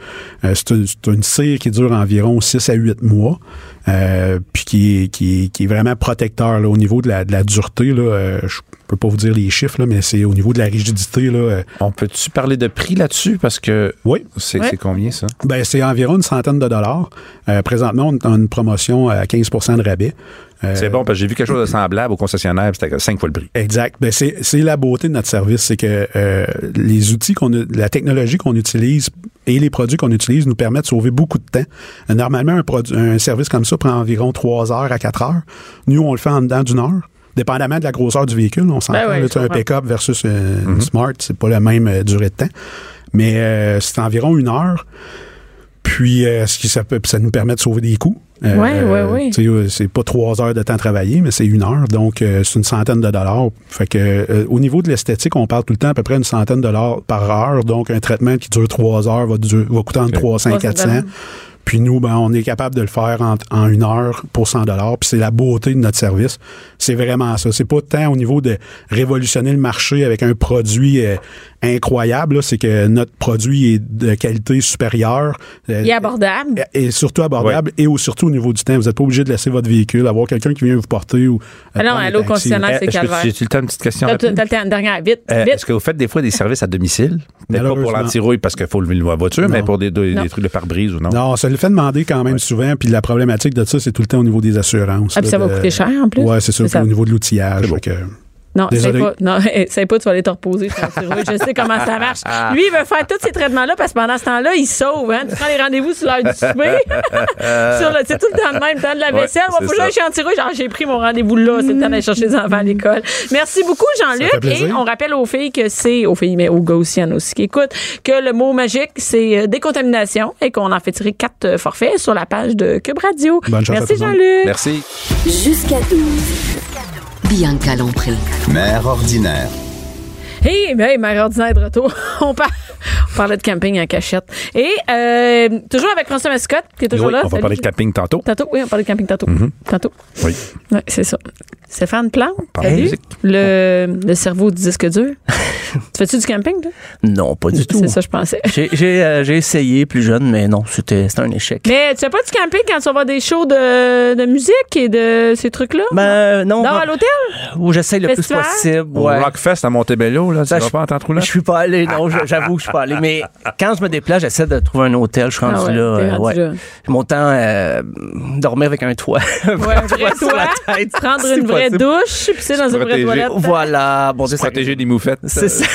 Speaker 3: euh, c'est une, c'est une cire qui dure environ 6 à 8 mois, euh, puis qui est, qui, est- qui est vraiment protecteur là, au niveau de la, de la dureté. Là, euh, je peux pas vous dire les chiffres, là, mais c'est au niveau de la rigidité. Là, euh,
Speaker 2: On peut-tu parler de prix là-dessus? Parce que
Speaker 3: oui,
Speaker 2: c'est
Speaker 1: Ouais.
Speaker 2: c'est combien ça?
Speaker 3: Ben, c'est environ une centaine de dollars. Euh, présentement, on a une promotion à 15 de rabais. Euh,
Speaker 2: C'est bon, parce que j'ai vu quelque chose de semblable au concessionnaire, puis c'était 5 fois le prix.
Speaker 3: Exact. Ben, c'est c'est la beauté de notre service, c'est que euh, les outils qu'on a- la technologie qu'on utilise et les produits qu'on utilise nous permettent de sauver beaucoup de temps. Euh, Normalement, un, produit, un service comme ça prend environ 3 heures à 4 heures. Nous, on le fait en dedans d'une heure. Dépendamment de la grosseur du véhicule, on s'entend.
Speaker 1: Ben ouais,
Speaker 3: là,
Speaker 1: je
Speaker 3: tu sais, un
Speaker 1: comprends.
Speaker 3: pick-up versus euh, une Smart, c'est pas la même euh, durée de temps. Mais euh, c'est environ une heure. Puis, euh, ce qui, ça, peut, ça nous permet de sauver des coûts. Euh,
Speaker 1: Ouais, ouais, ouais.
Speaker 3: tu sais, euh, C'est pas trois heures de temps travaillé, mais c'est une heure. Donc, euh, c'est une centaine de dollars. Fait que, euh, au niveau de l'esthétique, on parle tout le temps à peu près une centaine de dollars par heure. Donc, un traitement qui dure trois heures va, dur- va coûter entre 300 et 400.
Speaker 1: 300.
Speaker 3: Puis nous, ben, on est capable de le faire en, en une heure pour 100 dollars. Puis c'est la beauté de notre service. C'est vraiment ça. C'est pas tant au niveau de révolutionner le marché avec un produit euh, incroyable. là. C'est que notre produit est de qualité supérieure. Euh,
Speaker 1: Il est abordable.
Speaker 3: et et surtout abordable et au, surtout au niveau du temps. Vous n'êtes pas obligé de laisser votre véhicule, avoir quelqu'un qui vient vous porter ou. euh,
Speaker 1: Ah non, aller au concessionnaire, c'est
Speaker 2: Eh, est-ce que
Speaker 1: calvaire.
Speaker 2: tu- J'ai-tu le temps, une petite question?
Speaker 1: T'as t'as-
Speaker 2: rapide?
Speaker 1: t'as le temps, une dernière, vite,
Speaker 3: Eh,
Speaker 2: Euh,
Speaker 1: vite.
Speaker 2: Est-ce que vous faites des fois des services à domicile? Peut-être pas pour
Speaker 3: Malheureusement.
Speaker 2: l'antirouille parce qu'il faut lever la voiture, mais pour des, des- des
Speaker 1: Non.
Speaker 2: trucs de pare-brise ou non?
Speaker 3: Non, ça le fait demander quand même souvent. Puis la problématique de ça, c'est tout le temps au niveau des assurances.
Speaker 1: Ah, puis
Speaker 3: là,
Speaker 1: ça va
Speaker 3: de-
Speaker 1: coûter cher, en plus.
Speaker 3: Ouais, c'est sûr.
Speaker 1: C'est ça.
Speaker 3: puis au niveau de l'outillage.
Speaker 2: C'est
Speaker 3: fait que-
Speaker 1: Non, c'est
Speaker 3: Désolé.
Speaker 1: pas. Non, c'est pas, tu vas aller te reposer. je pense. Oui, Je sais comment ça marche.
Speaker 2: Ah.
Speaker 1: Lui, il veut faire tous ces traitements-là parce que pendant ce temps-là, il sauve. Hein? Tu prends les rendez-vous sur l'heure du souper. sur le, c'est tout le temps le même, temps de la
Speaker 2: Ouais,
Speaker 1: vaisselle. Moi,
Speaker 2: c'est
Speaker 1: faut que j'aille
Speaker 2: ça. Mm.
Speaker 1: chez Antirouge. Genre, j'ai pris mon rendez-vous là. C'est le temps d'aller chercher les enfants à l'école. Merci beaucoup,
Speaker 3: fait
Speaker 1: Jean-Luc.
Speaker 3: plaisir.
Speaker 1: Et on rappelle aux filles que c'est, aux filles, mais aux gars aussi, il y en a aussi qui écoutent, que le mot magique, c'est euh, décontamination et qu'on en fait tirer quatre euh, forfaits sur la page de Cube Radio.
Speaker 3: Bonne chance à
Speaker 1: Merci,
Speaker 3: tout le monde.
Speaker 1: Jean-Luc.
Speaker 2: Merci.
Speaker 4: Jusqu'à 12. Bianca Lompré.
Speaker 5: Mère ordinaire.
Speaker 1: Hey, mais hey, Mère ordinaire de retour. on, par- on parlait de camping en cachette. Et euh, toujours avec François Mascotte, qui est toujours
Speaker 2: Oui,
Speaker 1: là.
Speaker 2: on va
Speaker 1: Salut.
Speaker 2: parler de camping tantôt.
Speaker 1: Tantôt, oui, on parlait de camping tantôt. Tantôt.
Speaker 2: Oui.
Speaker 1: Oui, c'est ça. Stéphane Plante,
Speaker 2: parle de musique.
Speaker 1: le, le cerveau du disque dur. tu fais-tu du camping, toi?
Speaker 6: Non, pas du tout.
Speaker 1: C'est ça, je pensais.
Speaker 6: J'ai j'ai, euh, j'ai essayé plus jeune, mais non, c'était c'était un échec.
Speaker 1: Mais tu fais pas du camping quand tu vas voir des shows de, de musique et de ces trucs-là?
Speaker 6: Ben, non,
Speaker 1: non,
Speaker 6: ben,
Speaker 1: à l'hôtel?
Speaker 6: où j'essaye le plus
Speaker 1: Festival?
Speaker 6: possible.
Speaker 2: Au
Speaker 6: Ouais.
Speaker 2: Rockfest à Montebello, là, tu
Speaker 6: Ça,
Speaker 2: vas pas en tant que
Speaker 6: Je suis pas allé, non, je- j'avoue que je suis pas allé. Mais Mais quand je me déplace, j'essaie de trouver un hôtel. Je suis
Speaker 1: Ah
Speaker 6: rendu
Speaker 1: ouais,
Speaker 6: là.
Speaker 1: t'es
Speaker 6: euh,
Speaker 1: rendu
Speaker 6: ouais.
Speaker 1: là.
Speaker 6: Mon temps, euh, dormir avec un toit.
Speaker 1: Ouais, un vrai
Speaker 6: sur la
Speaker 1: toit,
Speaker 6: tête,
Speaker 1: prendre
Speaker 6: si
Speaker 1: une vraie
Speaker 6: possible.
Speaker 1: douche, pisser dans une vraie
Speaker 2: protéger.
Speaker 1: toilette.
Speaker 6: Voilà. Bon, Dieu, ça-
Speaker 2: Protéger des moufettes. euh,
Speaker 6: C'est ça.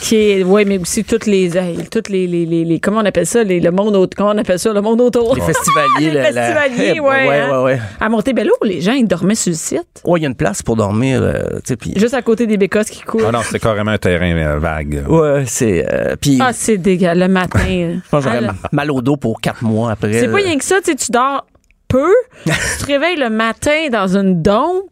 Speaker 1: Qui est, ouais, mais aussi toutes les, euh, toutes les, les, les, les- comment on appelle ça, les, le monde autour, comment on appelle ça, le monde autour.
Speaker 6: Les festivaliers.
Speaker 1: Les
Speaker 6: la- la-
Speaker 1: festivaliers,
Speaker 6: Eh,
Speaker 1: ouais,
Speaker 6: Ouais,
Speaker 1: hein.
Speaker 6: ouais, ouais.
Speaker 1: À Montebello, les gens, ils dormaient sur le site.
Speaker 6: Ouais, il y a une place pour dormir. euh, tu sais, puis-
Speaker 1: Juste à côté des bécosses qui coulent.
Speaker 2: Ah non, c'était carrément un terrain euh, vague.
Speaker 6: Ouais, c'est. euh, puis,
Speaker 1: Ah, c'est dégueulasse. Le matin.
Speaker 6: je pense que j'aurais
Speaker 1: Ah,
Speaker 6: mal au dos pour quatre mois après.
Speaker 1: C'est pas
Speaker 6: là.
Speaker 1: rien que ça, tu sais, tu dors peu, tu te réveilles le matin dans une dompe.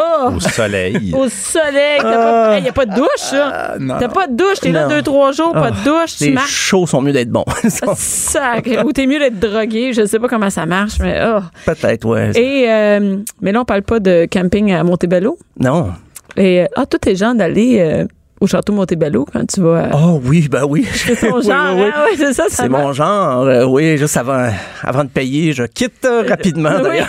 Speaker 1: Oh!
Speaker 2: Au soleil.
Speaker 1: Au soleil, t'as pas, Hey, y a pas de douche, ça.
Speaker 2: Ah. non. Ah,
Speaker 1: T'as pas de douche, t'es là
Speaker 6: Non.
Speaker 1: deux, trois jours, pas de douche, tu
Speaker 6: Les
Speaker 1: marches. Ah,
Speaker 6: shows sont mieux d'être bons.
Speaker 1: Sacré. Ou t'es mieux d'être drogué, je sais pas comment ça marche, mais oh.
Speaker 6: Peut-être, ouais.
Speaker 1: Et, euh, mais là, on parle pas de camping à Montebello.
Speaker 6: Non.
Speaker 1: Et, euh, ah, tout est genre d'aller euh, au château Montebello quand tu vas. euh,
Speaker 6: Oh oui, ben oui.
Speaker 1: C'est ton
Speaker 6: Oui,
Speaker 1: genre,
Speaker 6: oui, oui.
Speaker 1: hein? Ouais, c'est ça, ça
Speaker 6: C'est
Speaker 1: marche.
Speaker 6: mon genre, euh, oui, juste avant, avant de payer, je quitte euh, rapidement
Speaker 1: Oui.
Speaker 6: d'ailleurs.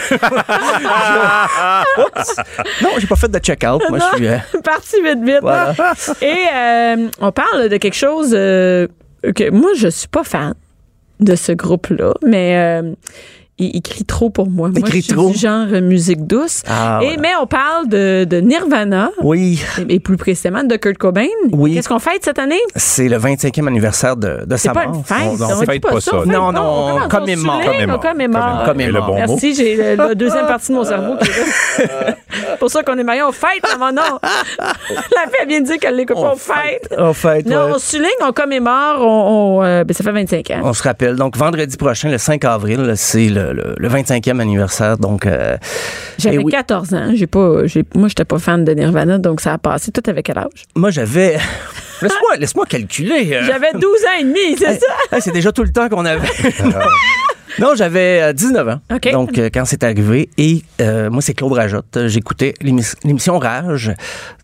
Speaker 6: Oups. Non, j'ai pas fait de check-out. Moi, je suis. euh,
Speaker 1: parti vite vite.
Speaker 6: Voilà.
Speaker 1: Et euh, on parle de quelque chose euh, que moi je suis pas fan de ce groupe là, mais euh, il, il crie trop pour moi.
Speaker 6: Il
Speaker 1: moi,
Speaker 6: crie
Speaker 1: je suis
Speaker 6: trop.
Speaker 1: du genre euh, musique douce.
Speaker 6: Ah,
Speaker 1: Et
Speaker 6: voilà.
Speaker 1: mais on parle de, de Nirvana
Speaker 6: Oui,
Speaker 1: et, et plus précisément de Kurt Cobain.
Speaker 6: Oui.
Speaker 1: Qu'est-ce qu'on fête cette année
Speaker 6: c'est le 25e anniversaire de, de
Speaker 1: C'est
Speaker 6: sa
Speaker 1: pas
Speaker 6: mort.
Speaker 1: une fête.
Speaker 2: On- on
Speaker 1: on dit
Speaker 2: fête pas ça.
Speaker 1: on fête
Speaker 6: Non, non,
Speaker 1: on commence, on
Speaker 2: Ah,
Speaker 6: commémore.
Speaker 1: souligne, on commémore.
Speaker 6: Commémore.
Speaker 2: Et le bon mot.
Speaker 1: Merci, j'ai le- la deuxième partie de mon cerveau qui est là. C'est pour ça qu'on est mariés, on fête, maman, non. La fille vient de dire qu'elle l'écoute pas, on fête.
Speaker 6: En fait,
Speaker 1: Non,
Speaker 6: Oh, ouais.
Speaker 1: on souligne, on commémore, on, on, euh, ben, ça fait 25 ans.
Speaker 6: On se rappelle. Donc, vendredi prochain, le 5 avril, là, c'est le, le- le 25e anniversaire. Donc, euh,
Speaker 1: J'avais
Speaker 6: eh oui.
Speaker 1: 14 ans. J'ai pas, j'ai, moi, j'étais pas fan de Nirvana, donc ça a passé. Tout avec quel âge?
Speaker 6: moi, j'avais. Laisse-moi laisse-moi calculer. euh.
Speaker 1: J'avais 12 ans et demi, c'est ça?
Speaker 6: Hey, c'est déjà tout le temps qu'on avait. Non, j'avais euh, 19 ans.
Speaker 1: OK.
Speaker 6: Donc, euh, quand c'est arrivé, et euh, moi, c'est Claude Rajotte. Euh, J'écoutais l'émis- l'émission Rage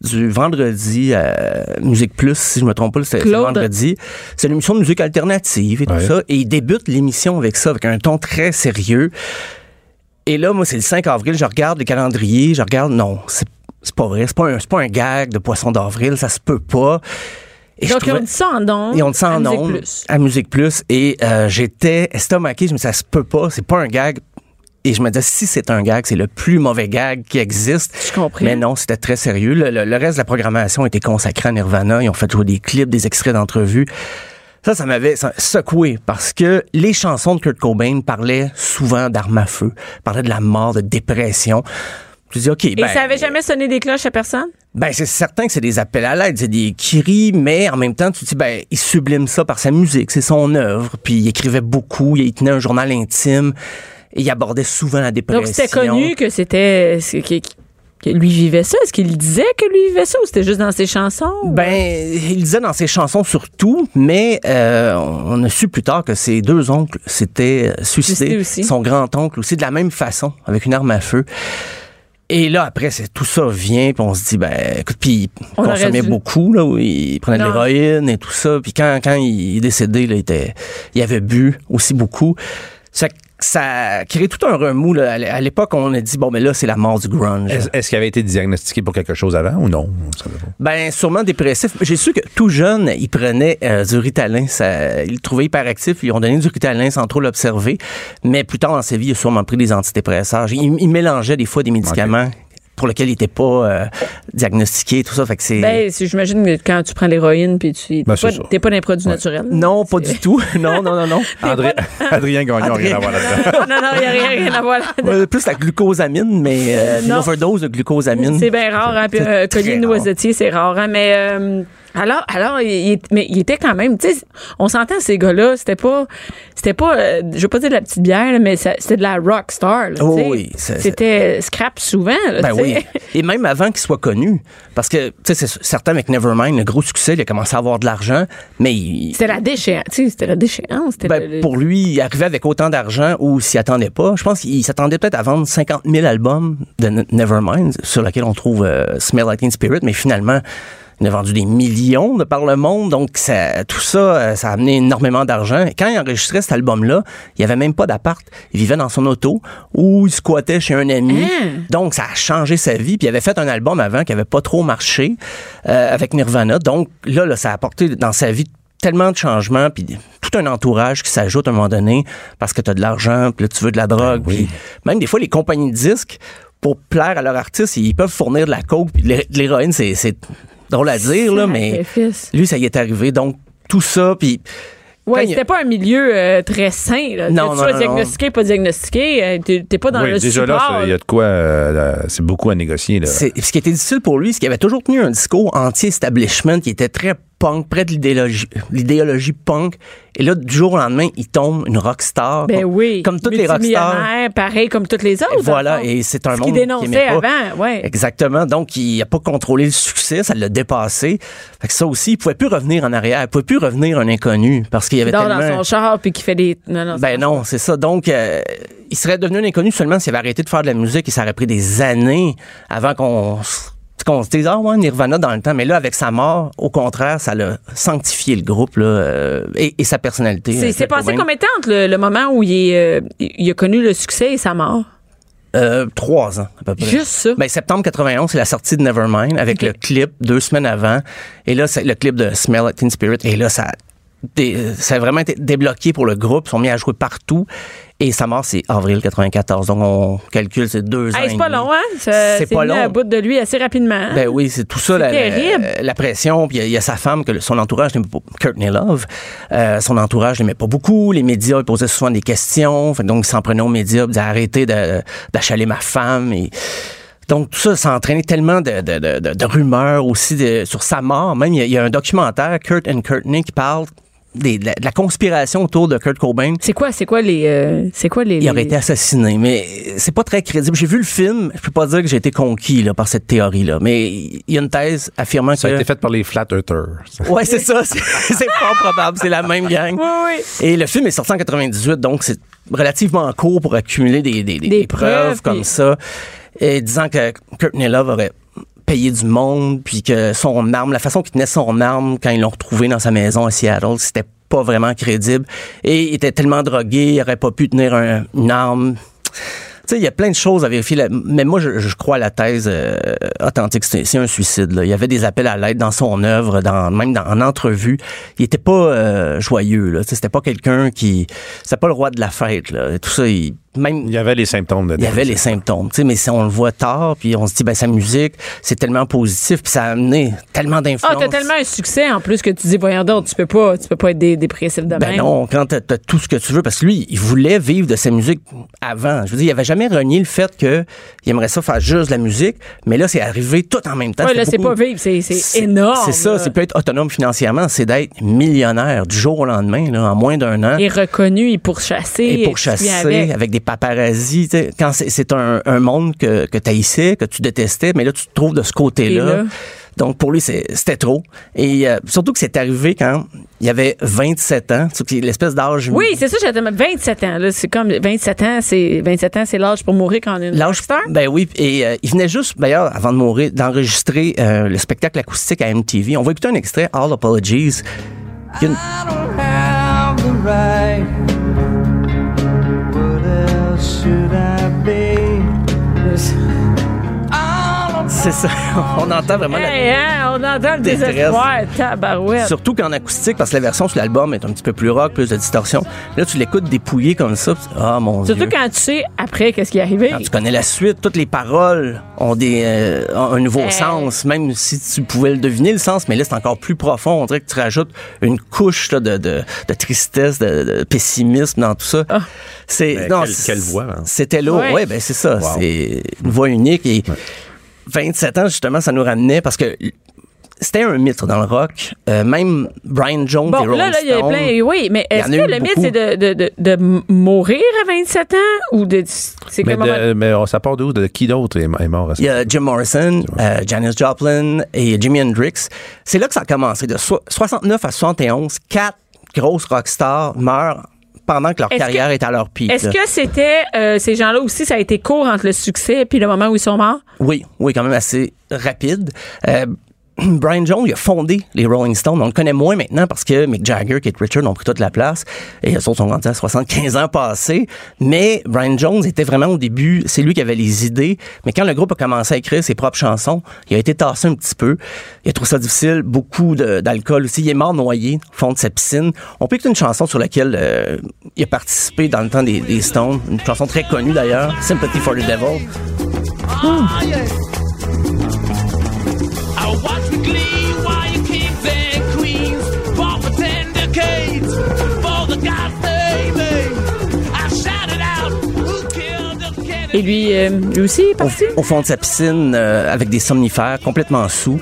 Speaker 6: du vendredi à Musique Plus, si je me trompe pas, c'est c'est
Speaker 1: Claude.
Speaker 6: vendredi. C'est l'émission de musique alternative et
Speaker 2: Ouais.
Speaker 6: tout ça. Et il débute l'émission avec ça, avec un ton très sérieux. Et là, moi, c'est le 5 avril, je regarde le calendrier, je regarde, non, c'est c'est pas vrai, c'est pas, un- c'est pas un gag de poisson d'avril, ça se peut pas. Et je
Speaker 1: donc,
Speaker 6: trouvais-
Speaker 1: on dit ça en nom.
Speaker 6: et on le sent
Speaker 1: hein, à
Speaker 6: en
Speaker 1: Musique
Speaker 6: ondes,
Speaker 1: Plus.
Speaker 6: à Musique Plus. Et euh, j'étais estomaqué. Je me disais, ça se peut pas, c'est pas un gag. Et je me disais, si c'est un gag, c'est le plus mauvais gag qui existe.
Speaker 1: Je comprends.
Speaker 6: Mais non, c'était très sérieux. Le, le- le reste de la programmation était consacré à Nirvana. Ils ont fait jouer des clips, des extraits d'entrevues. Ça, ça m'avait ça- secoué parce que les chansons de Kurt Cobain parlaient souvent d'armes à feu, parlaient de la mort, de dépression. Je dis, OK,
Speaker 1: Et
Speaker 6: ben,
Speaker 1: ça avait jamais sonné des cloches à personne?
Speaker 6: ben, c'est certain que c'est des appels à l'aide, c'est des cris, mais en même temps, tu te dis, ben, il sublime ça par sa musique, c'est son œuvre. Puis il écrivait beaucoup, il tenait un journal intime, et il abordait souvent la dépression.
Speaker 1: Donc, c'était connu que c'était, c'est- que, que lui vivait ça. Est-ce qu'il disait que lui vivait ça ou c'était juste dans ses chansons?
Speaker 6: Ben,
Speaker 1: euh?
Speaker 6: il disait dans ses chansons surtout, mais euh, on on a su plus tard que ses deux oncles s'étaient euh,
Speaker 1: Suicidés
Speaker 6: suicidés.
Speaker 1: aussi.
Speaker 6: Son grand-oncle aussi, de la même façon, avec une arme à feu. Et là, après, c'est, tout ça vient, puis on se dit, ben, écoute, puis il
Speaker 1: On aurait
Speaker 6: consommait
Speaker 1: dû.
Speaker 6: beaucoup, là, où il prenait
Speaker 1: Non.
Speaker 6: de l'héroïne et tout ça. Puis quand, quand il est décédé, là, il, était, il avait bu aussi beaucoup. Ça, ça crée tout un remous. Là. À l'é- À l'époque, on a dit, bon, mais là, c'est la mort du grunge.
Speaker 2: Est-ce est-ce qu'il avait été diagnostiqué pour quelque chose avant ou non? On savait pas.
Speaker 6: Ben, sûrement dépressif. J'ai su que tout jeune, il prenait euh, du Ritalin. Ça, il le trouvait hyperactif. Ils lui ont donné du Ritalin sans trop l'observer. Mais plus tard dans sa vie, il a sûrement pris des antidépresseurs. Il, il mélangeait des fois des médicaments pour lesquels il n'était pas euh, diagnostiqué et tout ça. Fait que c'est...
Speaker 1: Ben, c'est- j'imagine que quand tu prends l'héroïne puis tu t'es
Speaker 2: Ben,
Speaker 1: pas,
Speaker 2: c'est ça.
Speaker 1: t'es pas dans les produits naturels.
Speaker 6: non, pas du tout. Non, non, non, non.
Speaker 2: André- Adrien Gagnon, rien à voir là-dedans.
Speaker 1: non, non, il n'y a rien, rien à voir là-dedans.
Speaker 6: Euh, plus la glucosamine, mais euh, une
Speaker 1: Non.
Speaker 6: overdose de glucosamine.
Speaker 1: C'est bien rare, hein, puis
Speaker 6: C'est
Speaker 1: euh,
Speaker 6: très
Speaker 1: collier
Speaker 6: rare.
Speaker 1: noisetier, c'est rare, hein, mais euh, alors, alors, il, il- mais il était quand même, tu sais, on s'entend ces gars-là, c'était pas, c'était pas, euh, je veux pas dire de la petite bière, là, mais ça- c'était de la rock star, là, tu
Speaker 6: Oh
Speaker 1: sais.
Speaker 6: oui, c'est-
Speaker 1: c'était scrap souvent, là,
Speaker 6: Ben
Speaker 1: tu
Speaker 6: oui.
Speaker 1: sais.
Speaker 6: Et même avant qu'il soit connu. Parce que, tu sais, c'est sûr- certain avec Nevermind, le gros succès, il a commencé à avoir de l'argent, mais il,
Speaker 1: C'était la déchéance, tu sais, c'était la déchéance, c'était
Speaker 6: Ben,
Speaker 1: le- le-
Speaker 6: pour lui, il arrivait avec autant d'argent ou s'y attendait pas. Je pense qu'il s'attendait peut-être à vendre 50 000 albums de Ne- Nevermind, sur lequel on trouve euh, Smell Like Teen Spirit, mais finalement, il en a vendu des millions de par le monde. Donc, ça, tout ça, euh, ça a amené énormément d'argent. Et Quand il enregistrait cet album-là, il n'y avait même pas d'appart. Il vivait dans son auto ou il squattait chez un ami.
Speaker 1: Hein?
Speaker 6: Donc, ça a changé sa vie. Puis, il avait fait un album avant qui avait pas trop marché euh, avec Nirvana. Donc, là, là, ça a apporté dans sa vie tellement de changements, puis tout un entourage qui s'ajoute à un moment donné parce que tu as de l'argent, puis là, tu veux de la drogue.
Speaker 2: Ben oui.
Speaker 6: puis même des fois, les compagnies de disques, pour plaire à leurs artistes, ils peuvent fournir de la coke, puis de l'hé- de l'héroïne, c'est c'est drôle à dire, là, mais
Speaker 1: Sacrifice.
Speaker 6: lui, ça y est arrivé. Donc, tout ça, puis... quand
Speaker 1: Ouais,
Speaker 6: il-
Speaker 1: c'était pas un milieu euh, très sain. Là. que tu
Speaker 6: Non, non,
Speaker 1: sois
Speaker 6: non,
Speaker 1: diagnostiqué, pas diagnostiqué, euh, t'es t'es pas dans
Speaker 2: Oui,
Speaker 1: le
Speaker 2: déjà là,
Speaker 1: support.
Speaker 2: c'est- il y a de quoi. euh, là, c'est beaucoup à négocier.
Speaker 1: Euh,
Speaker 2: Là.
Speaker 6: C'est- ce qui était difficile pour lui, c'est qu'il avait toujours tenu un discours anti-establishment qui était très punk, près de l'idéologie, l'idéologie punk. Et là, du jour au lendemain, il tombe une rockstar.
Speaker 1: Ben
Speaker 6: Comme-
Speaker 1: oui.
Speaker 6: Comme toutes les rockstars.
Speaker 1: Multimillionnaire, pareil comme toutes les autres. dans
Speaker 6: Voilà,
Speaker 1: le fond.
Speaker 6: et c'est un
Speaker 1: Ce
Speaker 6: monde
Speaker 1: qu'il dénonçait
Speaker 6: aimait pas.
Speaker 1: avant, ouais.
Speaker 6: Exactement. Donc, il n'a pas contrôlé le succès, ça l'a dépassé. Fait que ça aussi, il pouvait plus revenir en arrière. Il pouvait plus revenir un inconnu parce qu'il y
Speaker 1: Qui
Speaker 6: avait
Speaker 1: dort dans
Speaker 6: tellement...
Speaker 1: son char puis qui fait des. Non, non,
Speaker 6: Ben non, c'est ça. Donc, euh, il serait devenu un inconnu seulement s'il avait arrêté de faire de la musique et ça aurait pris des années avant qu'on s- qu'on se dise, ah ouais, Nirvana dans le temps. Mais là, avec sa mort, au contraire, ça l'a sanctifié le groupe là, euh, et, et sa personnalité.
Speaker 1: c'est-
Speaker 6: euh,
Speaker 1: c'est c'est
Speaker 6: Kurt
Speaker 1: passé
Speaker 6: Cobain.
Speaker 1: combien de temps entre le, le moment où il, est, euh, il a connu le succès et sa mort?
Speaker 6: Euh, trois ans, à peu près.
Speaker 1: Juste ça.
Speaker 6: Ben, septembre 91, c'est la sortie de Nevermind avec le clip deux semaines avant. Et là, c'est le clip de Smell It Teen Spirit. Et là, ça, a dé- ça a vraiment été débloqué pour le groupe. Ils sont mis à jouer partout. Et sa mort, c'est avril 94. Donc, on calcule, c'est deux ans.
Speaker 1: Hey, c'est
Speaker 6: et
Speaker 1: pas
Speaker 6: demi.
Speaker 1: long, hein? Ça-
Speaker 6: C'est
Speaker 1: C'est
Speaker 6: pas
Speaker 1: mis
Speaker 6: long.
Speaker 1: à bout de lui assez rapidement. hein?
Speaker 6: Ben oui, c'est tout ça,
Speaker 1: C'est
Speaker 6: la, la-
Speaker 1: terrible.
Speaker 6: la pression. Puis il y a- il y, a sa femme, que le- son entourage n'aimait pas, Courtney Love, euh, son entourage n'aimait pas beaucoup. Les médias ils posaient souvent des questions. Fait que donc, ils s'en prenaient aux médias, puis arrêtez d'achaler ma femme. Et... Donc, tout ça, ça a entraîné tellement de, de- de- de- de rumeurs aussi de- sur sa mort. Même, il y, a- il y a un documentaire, Kurt and Courtney, qui parle des- de, la, de la conspiration autour de Kurt Cobain.
Speaker 1: C'est quoi, c'est quoi les. euh, c'est quoi les.
Speaker 6: Il aurait
Speaker 1: les-
Speaker 6: été assassiné, mais c'est pas très crédible. J'ai vu le film, je peux pas dire que j'ai été conquis là, par cette théorie-là, mais il y a une thèse affirmant
Speaker 2: Ça a
Speaker 6: que...
Speaker 2: été fait par les Flat Earthers.
Speaker 6: Ouais, c'est ça. C'est c'est fort probable. C'est la même gang.
Speaker 1: Oui, oui.
Speaker 6: Et le film est sorti en 98, donc c'est relativement court pour accumuler des, des, des-
Speaker 1: Des
Speaker 6: des preuves
Speaker 1: preuves,
Speaker 6: comme
Speaker 1: puis-
Speaker 6: ça. Et disant que Courtney Love aurait payé du monde, puis que son arme, la façon qu'il tenait son arme quand ils l'ont retrouvé dans sa maison à Seattle, c'était pas vraiment crédible. Et il était tellement drogué, il aurait pas pu tenir un- une arme. Tu sais, il y a plein de choses à vérifier. là. Mais moi, je, je crois à la thèse euh, authentique. C'est c'est un suicide. là. Il y avait des appels à l'aide dans son œuvre, dans, même dans, en entrevue. Il était pas euh, joyeux. Là. Tu sais, C'était pas quelqu'un qui... C'était pas le roi de la fête. Là. Et Tout ça, il, même...
Speaker 2: Il y avait les symptômes de
Speaker 6: Il y avait les symptômes, tu sais, mais si on le voit tard, puis on se dit, ben sa musique, c'est tellement positif, puis ça a amené tellement d'influence.
Speaker 1: Ah, t'as tellement un succès en plus que tu dis, voyons donc, tu peux pas, tu peux pas être dé- dépressif de
Speaker 6: Ben
Speaker 1: même.
Speaker 6: non, quand t'as t'as tout ce que tu veux, parce que lui, il voulait vivre de sa musique avant. Je veux dire, il avait jamais renié le fait que il aimerait ça faire juste de la musique, mais là, c'est arrivé tout en même temps.
Speaker 1: Ouais, là, c'est
Speaker 6: beaucoup-
Speaker 1: pas vivre, c'est- c'est énorme.
Speaker 6: C'est ça,
Speaker 1: là.
Speaker 6: c'est peut être autonome financièrement, c'est d'être millionnaire du jour au lendemain, là, en moins d'un an.
Speaker 1: Et reconnu et pourchassé.
Speaker 6: Et
Speaker 1: tout
Speaker 6: pour
Speaker 1: ce qui
Speaker 6: chasser
Speaker 1: vient
Speaker 6: avec.
Speaker 1: avec.
Speaker 6: des paparazzis, tu sais, quand c'est- c'est un, un monde que, que tu haïssais, que tu détestais, mais là, tu te trouves de ce
Speaker 1: Et
Speaker 6: côté-là.
Speaker 1: là.
Speaker 6: Donc, pour lui, c'est- c'était trop. Et euh, surtout que c'est arrivé quand il avait 27 ans, tu sais, qui est l'espèce d'âge...
Speaker 1: Oui, c'est ça, j'avais 27 ans. Là, c'est comme 27 ans, c'est 27 ans, c'est l'âge pour mourir quand on est une
Speaker 6: L'âge
Speaker 1: rockstar.
Speaker 6: Ben oui, et euh, il venait juste, d'ailleurs, avant de mourir, d'enregistrer euh, le spectacle acoustique à MTV. On va écouter un extrait, All Apologies. Il y a une- C'est ça, on entend vraiment la-
Speaker 1: Hey, hein, on entend le
Speaker 6: Détresse.
Speaker 1: désespoir, tabarouette.
Speaker 6: Surtout qu'en acoustique, parce que la version sur l'album est un petit peu plus rock, plus de distorsion. Là, tu l'écoutes dépouillé comme ça. puis- Ah, mon
Speaker 1: Surtout
Speaker 6: Dieu.
Speaker 1: quand tu sais après qu'est-ce qui est arrivé.
Speaker 6: Quand tu connais la suite, toutes les paroles ont des euh, ont un nouveau
Speaker 1: Hey.
Speaker 6: sens, même si tu pouvais le deviner le sens, mais là c'est encore plus profond. On dirait que tu rajoutes une couche là, de, de, de tristesse, de, de pessimisme dans tout ça. C'est
Speaker 2: Mais Ben, quelle-
Speaker 6: c'est-
Speaker 2: quelle voix, hein?
Speaker 6: C'était lourd,
Speaker 1: Ah. Ouais.
Speaker 6: ouais, ben c'est ça,
Speaker 2: Wow.
Speaker 6: c'est une voix unique et 27 ans justement, ça nous ramenait parce que c'était un mythe dans le rock. Euh, même Brian Jones des
Speaker 1: Bon,
Speaker 6: Rolling
Speaker 1: là, là, il y a
Speaker 6: Stones,
Speaker 1: plein. Oui, mais
Speaker 6: Il y
Speaker 1: est-ce
Speaker 6: en a
Speaker 1: que
Speaker 6: eu
Speaker 1: le mythe,
Speaker 6: beaucoup.
Speaker 1: c'est de, de, de, de m- mourir à 27 ans ou de. C'est
Speaker 2: Mais,
Speaker 1: comme un moment-
Speaker 2: de- mais oh, ça part d'où? De qui d'autre est est mort à ce
Speaker 6: Il y a Jim Morrison, euh, Janis Joplin et Jimi Hendrix. C'est là que ça a commencé. De so- 69 à 71, quatre grosses rockstars meurent pendant que leur
Speaker 1: Est-ce
Speaker 6: carrière
Speaker 1: que-
Speaker 6: est à leur pic.
Speaker 1: Est-ce
Speaker 6: là.
Speaker 1: que c'était. euh, ces gens-là aussi, ça a été court entre le succès et le moment où ils sont morts?
Speaker 6: Oui, oui, quand même assez rapide. Euh, Brian Jones, il a fondé les Rolling Stones. On le connaît moins maintenant parce que Mick Jagger, Kate Richard ont pris toute la place et les autres sont rendus à 75 ans passés. Mais Brian Jones était vraiment au début, c'est lui qui avait les idées. Mais quand le groupe a commencé à écrire ses propres chansons, il a été tassé un petit peu. Il a trouvé ça difficile, beaucoup de- d'alcool aussi. Il est mort noyé au fond de sa piscine. On peut écouter une chanson sur laquelle euh, il a participé dans le temps des, des Stones. Une chanson très connue d'ailleurs, Sympathy for the Devil.
Speaker 7: Ah, I watch with glee while you kings and queens fall for ten decades for the God's name. I shouted out, who killed the Kennedy?
Speaker 1: Et lui, euh, lui aussi est
Speaker 6: au,
Speaker 1: parti?
Speaker 6: au fond de sa piscine euh, avec des somnifères, complètement sous.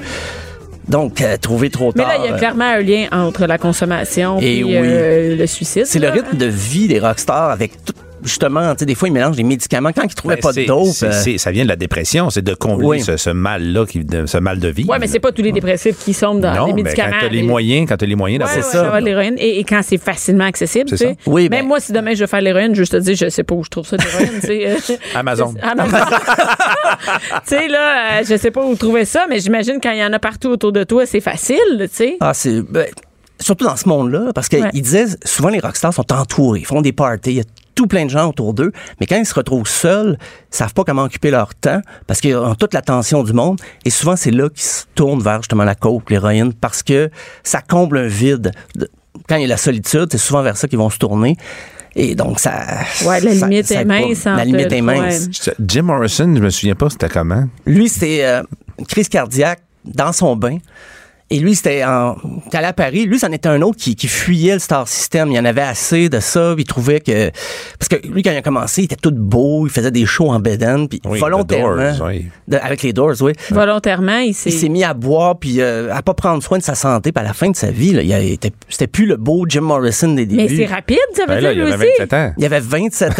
Speaker 6: Donc, euh, trouvé trop
Speaker 1: Mais
Speaker 6: tard.
Speaker 1: là, il y a
Speaker 6: euh,
Speaker 1: clairement un lien entre la consommation
Speaker 6: Et
Speaker 1: et
Speaker 6: oui.
Speaker 1: le suicide.
Speaker 6: euh, c'est le
Speaker 1: là. hein.
Speaker 6: rythme de vie des rockstars avec tout, justement, tu sais, des fois, ils mélangent des médicaments. Quand ils trouvaient
Speaker 2: Ben,
Speaker 6: pas de
Speaker 2: c'est-
Speaker 6: dope,
Speaker 2: c'est-
Speaker 6: euh,
Speaker 2: c'est- ça vient de la dépression, c'est de combler
Speaker 6: Oui.
Speaker 2: ce, ce mal-là, qui- de- ce mal de vie.
Speaker 1: Ouais, mais c'est pas tous les dépressifs qui sont dans
Speaker 2: non,
Speaker 1: les
Speaker 2: mais quand
Speaker 1: médicaments.
Speaker 2: t'as les
Speaker 1: mais-
Speaker 2: moyens, quand t'as les moyens d'avoir
Speaker 1: Ouais, ouais,
Speaker 6: ça.
Speaker 1: d'avoir de l'héroïne. Et, et quand c'est facilement accessible, tu
Speaker 2: C'est
Speaker 1: sais.
Speaker 2: ça.
Speaker 6: Oui,
Speaker 1: Même
Speaker 6: ben-
Speaker 1: moi, si demain je veux faire l'héroïne, je te dis, je sais pas où je trouve ça de l'héroïne, tu sais.
Speaker 2: Amazon.
Speaker 1: Amazon. tu sais, là, euh, je sais pas où trouver ça, mais j'imagine quand il y en a partout autour de toi, c'est facile, tu sais.
Speaker 6: Ah, c'est. ben, surtout dans ce monde-là, parce qu'ils
Speaker 1: Ouais.
Speaker 6: disaient souvent les rockstars sont entourés, ils font des parties, il y a tout plein de gens autour d'eux, mais quand ils se retrouvent seuls, ils savent pas comment occuper leur temps parce qu'ils ont toute l'attention du monde et souvent c'est là qu'ils se tournent vers justement la coke, l'héroïne parce que ça comble un vide. De- Quand il y a la solitude, c'est souvent vers ça qu'ils vont se tourner. Et donc ça
Speaker 1: Ouais, la
Speaker 6: ça-
Speaker 1: limite
Speaker 6: ça
Speaker 1: est
Speaker 6: courbe.
Speaker 1: mince
Speaker 6: La
Speaker 1: entre-
Speaker 6: limite est mince.
Speaker 1: ouais.
Speaker 2: Jim Morrison, je me souviens pas, c'était comment?
Speaker 6: Lui, c'était euh, une crise cardiaque dans son bain. Et lui, c'était en. t'es allé à Paris. Lui, c'en était un autre qui, qui fuyait le star system. Il en avait assez de ça. Il trouvait que. Parce que lui, quand il a commencé, il était tout beau. Il faisait des shows en bedaine. Puis
Speaker 2: Oui,
Speaker 6: volontairement.
Speaker 2: The Doors, oui.
Speaker 6: de- avec les Doors, oui.
Speaker 1: Volontairement, il s'est.
Speaker 6: Ah. Il s'est mis à boire puis euh, à pas prendre soin de sa santé. Puis à la fin de sa vie, là, il a- il était- c'était plus le beau Jim Morrison des débuts.
Speaker 1: Mais c'est rapide, ça veut
Speaker 2: Ben là,
Speaker 1: dire,
Speaker 2: il
Speaker 1: lui
Speaker 2: avait
Speaker 1: aussi.
Speaker 2: 27 ans.
Speaker 6: Il avait 27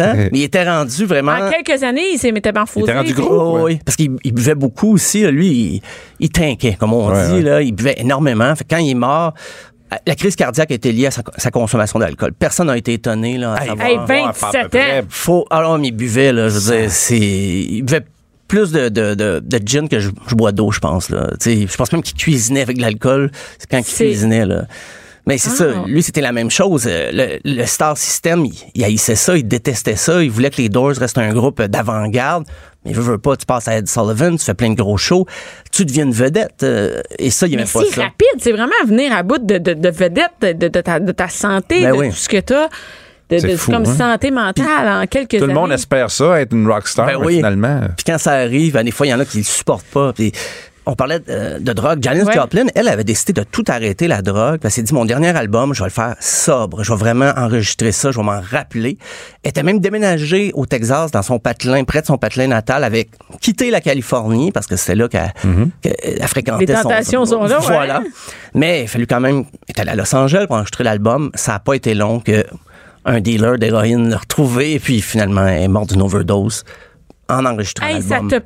Speaker 6: ans, mais il était rendu vraiment.
Speaker 1: En quelques années, il s'est métamorphosé.
Speaker 2: Il était rendu
Speaker 1: puis-
Speaker 2: gros.
Speaker 6: Oh, oui, parce qu'il il buvait beaucoup aussi. là. Lui, il, il tinquait, comme on
Speaker 2: Ouais,
Speaker 6: dit.
Speaker 2: ouais.
Speaker 6: Là, il buvait énormément. Fait que quand il est mort, euh, la crise cardiaque était liée à sa, sa consommation d'alcool. Personne n'a été étonné. Là, à savoir.
Speaker 1: Hey,
Speaker 2: Ouais, pas à peu
Speaker 1: 27
Speaker 2: près.
Speaker 1: ans.
Speaker 6: Faut, alors, mais il buvait, là, je veux dire, c'est, il buvait plus de, de, de, de gin que je, je bois d'eau, je pense. Là. Tu sais, Je pense même qu'il cuisinait avec de l'alcool. C'est quand il
Speaker 1: C'est- Ah.
Speaker 6: cuisinait. Là. Mais c'est ça, lui, c'était la même chose. Euh, Le, le star system, il, il haïssait ça, il détestait ça, il voulait que les Doors restent un groupe d'avant-garde. Mais veux, veux pas, tu passes à Ed Sullivan, tu fais plein de gros shows, tu deviens une vedette. euh, et ça, il
Speaker 1: Mais
Speaker 6: aimait pas
Speaker 1: c'est
Speaker 6: ça.
Speaker 1: rapide, c'est vraiment à venir à bout de, de, de vedette, de, de- de ta, de ta santé,
Speaker 6: Ben
Speaker 1: de
Speaker 6: oui.
Speaker 1: tout ce que t'as. De,
Speaker 2: C'est
Speaker 1: de-
Speaker 2: fou,
Speaker 1: comme
Speaker 2: hein?
Speaker 1: santé mentale en quelques
Speaker 2: Tout le monde
Speaker 1: années.
Speaker 2: espère ça, être une rockstar,
Speaker 6: Ben
Speaker 2: mais
Speaker 6: oui.
Speaker 2: finalement.
Speaker 6: Puis quand ça arrive, ben, des fois, il y en a qui le supportent pas. Puis on parlait euh, de drogue. Janis
Speaker 1: Ouais.
Speaker 6: Joplin, elle avait décidé de tout arrêter la drogue. Elle s'est dit, mon dernier album, je vais le faire sobre. Je vais vraiment enregistrer ça. Je vais m'en rappeler. Elle était même déménagée au Texas, dans son patelin, près de son patelin natal, avec quitté la Californie parce que c'était là qu'elle qu'elle- elle fréquentait
Speaker 1: Les
Speaker 6: son-
Speaker 1: tentations sont là, ouais.
Speaker 6: Voilà. Mais il a fallu quand même être allé à Los Angeles pour enregistrer l'album. Ça n'a pas été long que un dealer d'héroïne l'a retrouvé et puis finalement elle est mort d'une overdose en enregistrant
Speaker 1: Hey, ça
Speaker 6: l'album.
Speaker 1: te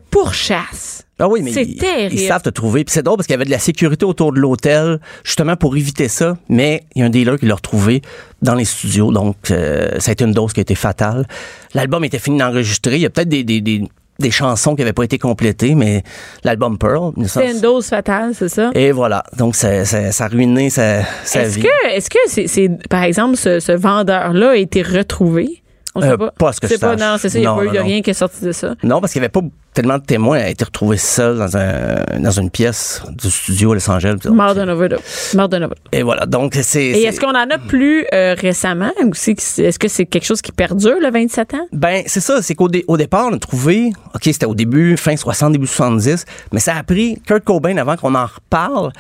Speaker 1: pourchasse.
Speaker 6: Ah oui, mais
Speaker 1: c'est
Speaker 6: ils,
Speaker 1: terrible.
Speaker 6: ils savent te trouver. Puis c'est drôle parce qu'il y avait de la sécurité autour de l'hôtel, justement pour éviter ça. Mais il y a un dealer qui l'a retrouvé dans les studios. Donc, euh, ça a été une dose qui a été fatale. L'album était fini d'enregistrer. Il y a peut-être des, des, des, des chansons qui n'avaient pas été complétées, mais l'album Pearl,
Speaker 1: C'est une dose fatale, c'est ça?
Speaker 6: et voilà. Donc, ça, ça, ça a ruiné sa, sa
Speaker 1: Est-ce
Speaker 6: vie.
Speaker 1: que, est-ce que c'est, c'est- par exemple, ce, ce vendeur-là a été retrouvé? On sait
Speaker 6: Euh,
Speaker 1: pas.
Speaker 6: pas à ce que
Speaker 1: C'est
Speaker 6: je
Speaker 1: pas,
Speaker 6: sache.
Speaker 1: Non, c'est ça, il n'y a
Speaker 6: Non,
Speaker 1: pas eu
Speaker 6: non,
Speaker 1: de
Speaker 6: non.
Speaker 1: rien qui est sorti de ça.
Speaker 6: Non, parce qu'il n'y avait pas tellement de témoins. Elle a été retrouvée seule dans, un, dans une pièce du studio à Los Angeles.
Speaker 1: Mort d'un overdose. Mort d'un overdose.
Speaker 6: Et voilà. Donc, c'est. Mm.
Speaker 1: Et est-ce qu'on en a plus euh, récemment aussi? Est-ce que c'est quelque chose qui perdure, le 27 ans?
Speaker 6: Ben, c'est ça, c'est qu'au dé- au départ, on a trouvé, OK, c'était au début, fin 60, début 70, mais ça a pris Kurt Cobain avant qu'on en reparle.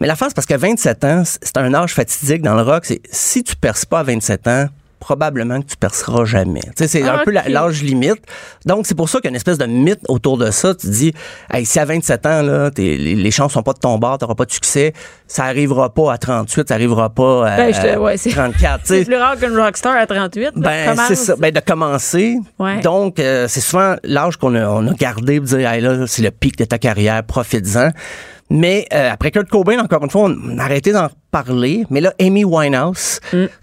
Speaker 6: Mais la face, parce que 27 ans, c- c'est un âge fatidique dans le rock, c'est si tu perces pas à 27 ans, probablement que tu perceras jamais. Tu sais, c'est un peu la-
Speaker 1: Ok.
Speaker 6: l'âge limite. Donc, c'est pour ça qu'il y a une espèce de mythe autour de ça. Tu dis, hey, si à 27 ans, là, t'es- les, les chances sont pas de ton bord, t'auras pas de succès, ça arrivera pas à 38, ça arrivera pas à,
Speaker 1: Ben, je te- ouais, c'est-
Speaker 6: 34. tu sais.
Speaker 1: C'est plus rare qu'une rockstar à 38.
Speaker 6: Ben, c'est ça. Ben, de commencer.
Speaker 1: Ouais.
Speaker 6: Donc, euh, c'est souvent l'âge qu'on a, on a gardé pour dire, hey, là, c'est le pic de ta carrière, profites-en. Mais euh, après Kurt Cobain, encore une fois, on a arrêté d'en
Speaker 1: Mm.
Speaker 6: parler. Mais là, Amy Winehouse,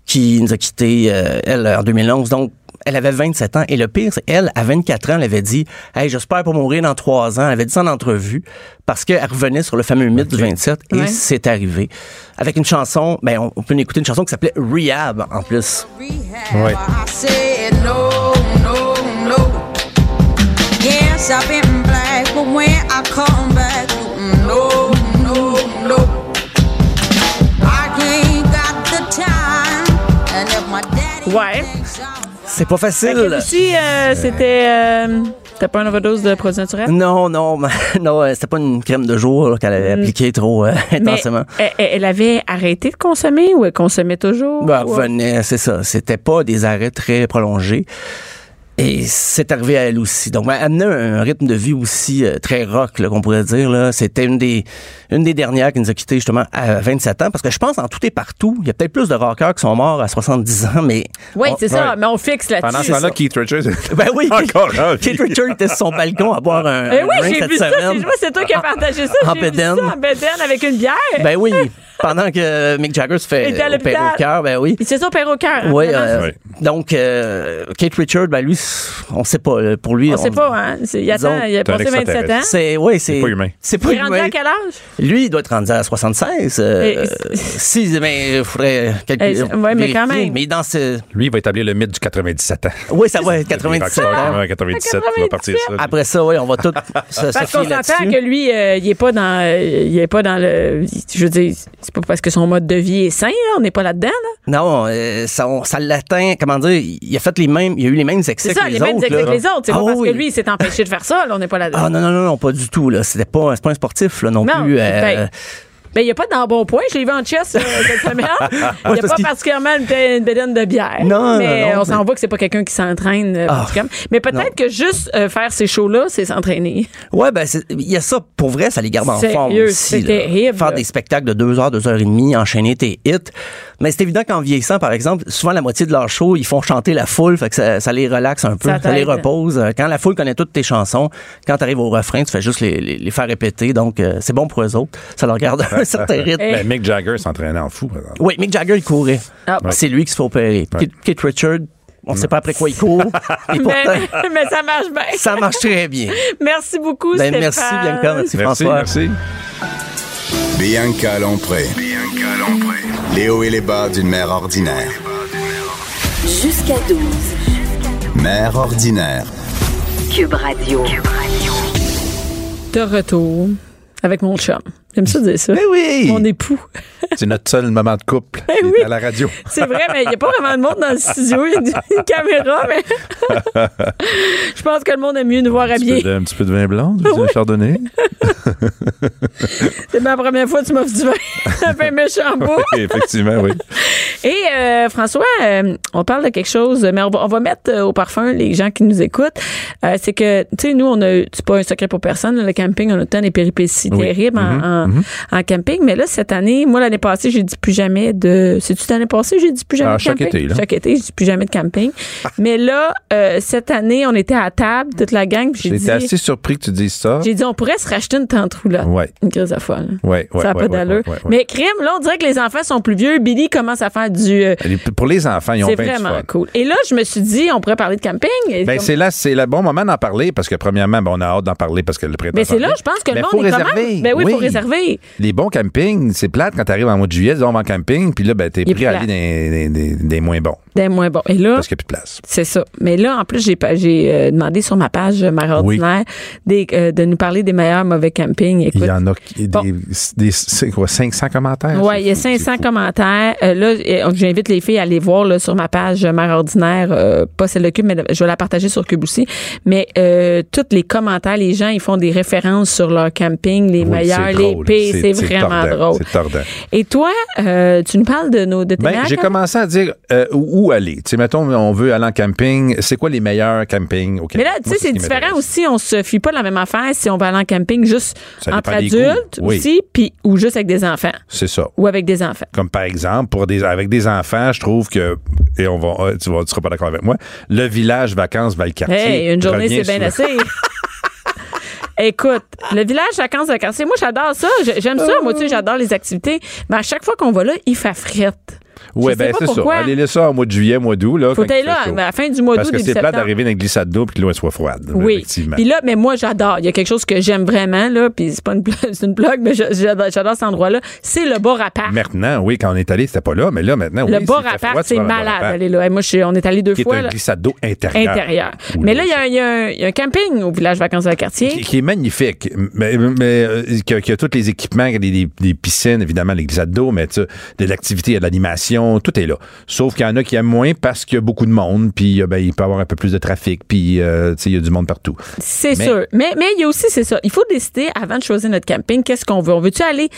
Speaker 6: qui nous a quittés, euh, elle, en 2011, donc, Elle avait 27 ans. Et le pire, c'est elle, à 24 ans, elle avait dit Hey, j'espère pas mourir dans trois ans. Elle avait dit ça en entrevue parce qu'elle revenait sur le fameux mythe du 27 et
Speaker 1: Ouais.
Speaker 6: c'est arrivé. Avec une chanson, ben, on, on peut écouter une chanson qui s'appelait Rehab en plus.
Speaker 2: Ouais.
Speaker 8: I said no, no, no. Yes, I've been black, but when I come back, no, no, no. I ain't got the time, and if my daddy
Speaker 1: Ouais.
Speaker 8: thinks I'm
Speaker 6: C'est pas
Speaker 1: Fait que
Speaker 6: facile.
Speaker 1: Lucie, euh, c'était. euh, T'as pas une overdose de produits naturels?
Speaker 6: Non, non, mais- non, euh, c'était pas une crème de jour là, qu'elle avait appliquée trop euh,
Speaker 1: Mm. Mais
Speaker 6: intensément.
Speaker 1: elle, elle- elle avait arrêté de consommer ou elle consommait toujours?
Speaker 6: Ben, elle
Speaker 1: Ou-
Speaker 6: revenait, c'est ça. C'était pas des arrêts très prolongés. Et c'est arrivé à elle aussi. Donc, elle amenait un rythme de vie aussi euh, très rock, là, qu'on pourrait dire. Là. C'était une des, une des dernières qui nous a quittés, justement, à 27 ans. Parce que je pense, en tout et partout, il y a peut-être plus de rockers qui sont morts à 70 ans, mais...
Speaker 1: Oui,
Speaker 6: on-
Speaker 1: c'est ça,
Speaker 2: ouais.
Speaker 1: mais on fixe
Speaker 2: Pendant
Speaker 1: là-dessus.
Speaker 2: ce temps-là,
Speaker 6: ça.
Speaker 2: Keith Richards.
Speaker 6: Ben oui,
Speaker 2: Encore en vie.
Speaker 6: Kate Richard était sur son balcon à boire un,
Speaker 1: Eh
Speaker 6: un
Speaker 1: oui,
Speaker 6: drink
Speaker 1: j'ai
Speaker 6: cette
Speaker 1: vu ça.
Speaker 6: semaine. Ah,
Speaker 1: C'est moi, c'est toi qui as partagé ça.
Speaker 6: en
Speaker 1: j'ai vu ça
Speaker 6: bedaine.
Speaker 1: en bedaine avec une bière.
Speaker 6: Ben oui, pendant que Mick Jagger se fait
Speaker 1: Il était à
Speaker 6: opérer
Speaker 1: l'hôpital.
Speaker 6: au cœur, ben oui.
Speaker 1: Il s'est opéré au cœur. hein,
Speaker 6: Oui,
Speaker 1: finalement.
Speaker 6: euh,
Speaker 2: Oui.
Speaker 6: donc euh, Kate Richard, ben lui, c- on sait pas. euh, Pour lui,
Speaker 1: on sait pas, hein. C'est- Il, attend,
Speaker 6: disons,
Speaker 1: il a
Speaker 2: c'est un
Speaker 1: passé 27 ans.
Speaker 6: C'est ouais, c'est
Speaker 2: pas humain.
Speaker 6: C'est
Speaker 1: Il
Speaker 6: pas
Speaker 1: est rendu
Speaker 6: humain.
Speaker 1: à quel âge?
Speaker 6: Lui, il doit être rendu à 76. euh,
Speaker 1: Et-
Speaker 6: si, mais il faudrait
Speaker 1: Eh,
Speaker 6: calculer.
Speaker 1: c'est- ouais, mais quand
Speaker 6: vérifier,
Speaker 1: même.
Speaker 6: Mais dans ce,
Speaker 2: Lui, il va établir le mythe du 97 ans.
Speaker 6: oui, ça va être
Speaker 2: Vaxxer,
Speaker 6: 97 ans.
Speaker 2: ouais, 97, il va partir ça.
Speaker 6: Après ça, oui, on va tout se, se
Speaker 1: Parce
Speaker 6: fier
Speaker 1: qu'on s'entend
Speaker 6: là-dessus.
Speaker 1: que lui, euh, il est pas dans, euh, il est pas dans le, je veux dire, c'est pas parce que son mode de vie est sain, là, on n'est pas là-dedans. Là.
Speaker 6: Non, euh, ça, on- ça l'atteint. Comment dire Il a fait les mêmes. Il a eu les mêmes excès
Speaker 1: C'est ça,
Speaker 6: que
Speaker 1: les
Speaker 6: les,
Speaker 1: mêmes
Speaker 6: autres.
Speaker 1: excès
Speaker 6: là.
Speaker 1: que les autres. C'est
Speaker 6: Ah
Speaker 1: pas parce
Speaker 6: oui.
Speaker 1: que lui, il s'est empêché de faire ça, là, on n'est pas là-dedans.
Speaker 6: Ah non, non, non, non, pas du tout. Là. C'était pas, c'est pas un sportif là, non,
Speaker 1: Non,
Speaker 6: plus. euh,
Speaker 1: ben, Ben, il n'y a pas dans bon point. Je l'ai vu en chess euh, cette semaine. Il n'y a
Speaker 6: parce
Speaker 1: pas
Speaker 6: qu'il-
Speaker 1: particulièrement une, be- une bédaine de bière.
Speaker 6: Non,
Speaker 1: mais
Speaker 6: non, non,
Speaker 1: on s'en
Speaker 6: mais-
Speaker 1: voit que c'est pas quelqu'un qui s'entraîne euh,
Speaker 6: Ah,
Speaker 1: particulièrement. Mais peut-être que juste euh, faire ces shows-là, c'est s'entraîner.
Speaker 6: Ouais, ben, c'est- il y a ça. Pour vrai, ça les garde en
Speaker 1: Sérieux,
Speaker 6: forme aussi.
Speaker 1: c'est
Speaker 6: là.
Speaker 1: terrible.
Speaker 6: Faire des spectacles de 2 heures, 2 heures et demie, enchaîner tes hits. Mais c'est évident qu'en vieillissant, par exemple, souvent la moitié de leur show, ils font chanter la foule, fait que ça, ça les relaxe un peu,
Speaker 1: Ça
Speaker 6: ça, les
Speaker 1: t'aide.
Speaker 6: repose. Euh, Quand la foule connaît toutes tes chansons, quand t'arrives au refrain, tu fais juste les, les- les faire répéter. Donc, euh, c'est bon pour eux autres. Ça leur garde un certain rythme.
Speaker 2: Ben, Mick Jagger s'entraînait en fou, par exemple.
Speaker 6: Oui, Mick Jagger, il courait.
Speaker 1: Eh. Ah. Ouais.
Speaker 6: C'est lui qui se fait opérer. Kate- Kate Richard, on ne sait pas après quoi il court. et
Speaker 1: Mais,
Speaker 6: pourtant,
Speaker 1: mais ça marche bien.
Speaker 6: ça marche très bien.
Speaker 1: Merci beaucoup,
Speaker 6: Ben,
Speaker 1: Stéphane.
Speaker 6: merci, Bianca.
Speaker 2: Merci,
Speaker 6: Merci, François.
Speaker 2: merci.
Speaker 5: Bianca Lompré. Les hauts et les bas d'une mère ordinaire.
Speaker 4: Jusqu'à 12.
Speaker 5: Mère ordinaire.
Speaker 4: Cube Radio.
Speaker 1: De retour avec mon chum. J'aime ça dire ça.
Speaker 2: Ben oui!
Speaker 1: Mon époux.
Speaker 2: C'est notre seul moment de couple. Il est
Speaker 1: Ben oui.
Speaker 2: à la radio.
Speaker 1: C'est vrai, mais il n'y a pas vraiment de monde dans le studio. Il y a une- une caméra, mais je pense que le monde aime mieux nous voir
Speaker 2: Un petit,
Speaker 1: habillés.
Speaker 2: peu de, un petit peu de vin blanc, du vin chardonnay.
Speaker 1: C'est ma première fois que tu m'offres du vin. Ça fait méchant beau.
Speaker 2: Oui, effectivement, oui.
Speaker 1: Et euh, François, euh, on parle de quelque chose, mais on va, on va mettre euh, au parfum les gens qui nous écoutent. Euh, c'est que, tu sais, nous, on a, eu- c'est pas un secret pour personne, là, le camping, on a tant des péripéties terribles en,
Speaker 2: Mm-hmm.
Speaker 1: en- en camping. Mais là, cette année, moi, l'année passée, j'ai dit plus jamais de. C'est-tu l'année passée, j'ai dit plus jamais
Speaker 2: Ah,
Speaker 1: de
Speaker 2: chaque
Speaker 1: camping?
Speaker 2: été, là.
Speaker 1: Chaque été, j'ai dit plus jamais de camping. mais là, euh, cette année, on était à table, toute la gang, puis j'ai dit.
Speaker 2: J'étais assez surpris que tu dises ça.
Speaker 1: J'ai dit, on pourrait se racheter une tente roulotte.
Speaker 2: Ouais.
Speaker 1: Une crise de folle.
Speaker 2: Ouais, ouais,
Speaker 1: ça n'a
Speaker 2: ouais,
Speaker 1: pas
Speaker 2: ouais,
Speaker 1: d'allure.
Speaker 2: ouais, ouais, ouais.
Speaker 1: Mais crime, là, on dirait que les enfants sont plus vieux. Billy commence à faire du. euh,
Speaker 2: Les- Pour les enfants, ils ont
Speaker 1: c'est
Speaker 2: bien du
Speaker 1: vraiment
Speaker 2: fun.
Speaker 1: cool. Et là, je me suis dit, on pourrait parler de camping. Et
Speaker 2: Ben,
Speaker 1: comme-
Speaker 2: c'est là, c'est le bon moment d'en parler parce que premièrement, ben, on a hâte d'en parler parce que le printemps.
Speaker 1: Ben, c'est
Speaker 2: s'en
Speaker 1: là,
Speaker 2: vient.
Speaker 1: je pense que le
Speaker 2: Mais
Speaker 1: monde
Speaker 2: faut
Speaker 1: est quand
Speaker 2: réserver.
Speaker 1: même- Ben oui, faut réserver.
Speaker 2: Les bons campings, c'est plate quand t'arrives en mois de juillet, disons, on va en camping, puis là, ben, t'es
Speaker 1: Il est
Speaker 2: pris à
Speaker 1: plat. Ah.
Speaker 2: aller des, des, des- des moins bons
Speaker 1: Des moins Ben, bon. Et là,
Speaker 2: parce qu'il n'y a plus de place.
Speaker 1: c'est ça. Mais là, en plus, j'ai pas- j'ai euh, demandé sur ma page euh, Mère
Speaker 2: Oui.
Speaker 1: ordinaire des- euh, de nous parler des meilleurs mauvais campings. Écoute,
Speaker 2: Il y en a qui-
Speaker 1: Bon.
Speaker 2: des, des- c'est quoi, 500 commentaires.
Speaker 1: Ouais,
Speaker 2: c'est
Speaker 1: il y a
Speaker 2: fou, c'est
Speaker 1: 500
Speaker 2: fou.
Speaker 1: commentaires. Euh, là, euh, j'invite les filles à aller voir là, sur ma page euh, Mère Ordinaire, euh, pas celle de Cube, mais je vais la partager sur Cube aussi. Mais euh, tous les commentaires, les gens, ils font des références sur leur camping, les
Speaker 2: Oui,
Speaker 1: meilleurs,
Speaker 2: Oh, c'est
Speaker 1: les
Speaker 2: drôle.
Speaker 1: pires. C'est vraiment
Speaker 2: tordant,
Speaker 1: drôle.
Speaker 2: C'est tordant.
Speaker 1: Et toi, euh, tu nous parles de nos de tes
Speaker 2: Ben,
Speaker 1: meilleurs
Speaker 2: j'ai
Speaker 1: camps?
Speaker 2: commencé à dire euh, où où aller. Tu sais, mettons, on veut aller en camping. C'est quoi les meilleurs campings au
Speaker 1: Mais
Speaker 2: Québec?
Speaker 1: là, tu
Speaker 2: Moi,
Speaker 1: sais, c'est
Speaker 2: ce qui
Speaker 1: différent
Speaker 2: m'intéresse.
Speaker 1: aussi. On se fie pas de la même affaire si on va aller en camping juste
Speaker 2: Ça
Speaker 1: entre
Speaker 2: dépend des goûts.
Speaker 1: adultes
Speaker 2: Oui.
Speaker 1: aussi, puis ou juste avec des enfants
Speaker 2: C'est ça.
Speaker 1: ou avec des enfants.
Speaker 2: Comme par exemple, pour des, avec des enfants, je trouve que, et on va, euh, tu ne seras pas d'accord avec moi, le village vacances Valcartier.
Speaker 1: Hey, une journée,
Speaker 2: revient
Speaker 1: c'est bien
Speaker 2: souvent.
Speaker 1: assez. Écoute, le village vacances de quartier, moi j'adore ça, Je- j'aime ça, moi tu sais, j'adore les activités, mais à chaque fois qu'on va là, il fait frette.
Speaker 2: Oui,
Speaker 1: Je sais
Speaker 2: ben
Speaker 1: pas
Speaker 2: c'est ça.
Speaker 1: pourquoi.
Speaker 2: Allez-le ça en mois de juillet, mois d'août. Là,
Speaker 1: Faut
Speaker 2: quand il
Speaker 1: aller
Speaker 2: fait
Speaker 1: là,
Speaker 2: chaud.
Speaker 1: mais à la fin du mois
Speaker 2: Parce
Speaker 1: d'août,
Speaker 2: que
Speaker 1: début
Speaker 2: c'est plate
Speaker 1: septembre.
Speaker 2: d'arriver dans une glissade d'eau puis que l'eau elle soit froide.
Speaker 1: Oui.
Speaker 2: Effectivement.
Speaker 1: Puis là, mais moi, j'adore. Il y a quelque chose que j'aime vraiment, là. Puis c'est pas une blague, c'est une blague, mais je- j'adore j'adore cet endroit-là. C'est le bar à part.
Speaker 2: Maintenant, oui, quand on est allé, c'était pas là, mais là, maintenant,
Speaker 1: Le
Speaker 2: oui,
Speaker 1: bar
Speaker 2: s'il fait
Speaker 1: à part,
Speaker 2: froid, tu
Speaker 1: c'est
Speaker 2: vas dans le bar à
Speaker 1: malade.
Speaker 2: part,
Speaker 1: Allez, là. Hey, Moi, je suis- on est allé deux
Speaker 2: Qui est
Speaker 1: fois.
Speaker 2: un
Speaker 1: là.
Speaker 2: glissade d'eau intérieur.
Speaker 1: Intérieur.
Speaker 2: Oui,
Speaker 1: mais là, il
Speaker 2: oui.
Speaker 1: y, a un- il y a un- il y a un camping au village vacances de la
Speaker 2: qui,
Speaker 1: quartier.
Speaker 2: qui est magnifique, mais, mais euh, qui, a, qui a tous les équipements, qui a des, des- des piscines, évidemment, les glissades d'eau, mais tu sais, de l'activité, à de l'animation, tout est là. Sauf qu'il y en a qui aiment moins parce qu'il y a beaucoup de monde, puis euh, ben, il peut y avoir un peu plus de trafic, puis euh, tu sais, il y a du monde partout.
Speaker 1: C'est
Speaker 2: Mais-
Speaker 1: sûr. Mais, mais il y a aussi, c'est ça. Il faut décider avant de choisir notre camping, qu'est-ce qu'on veut. On veut-tu aller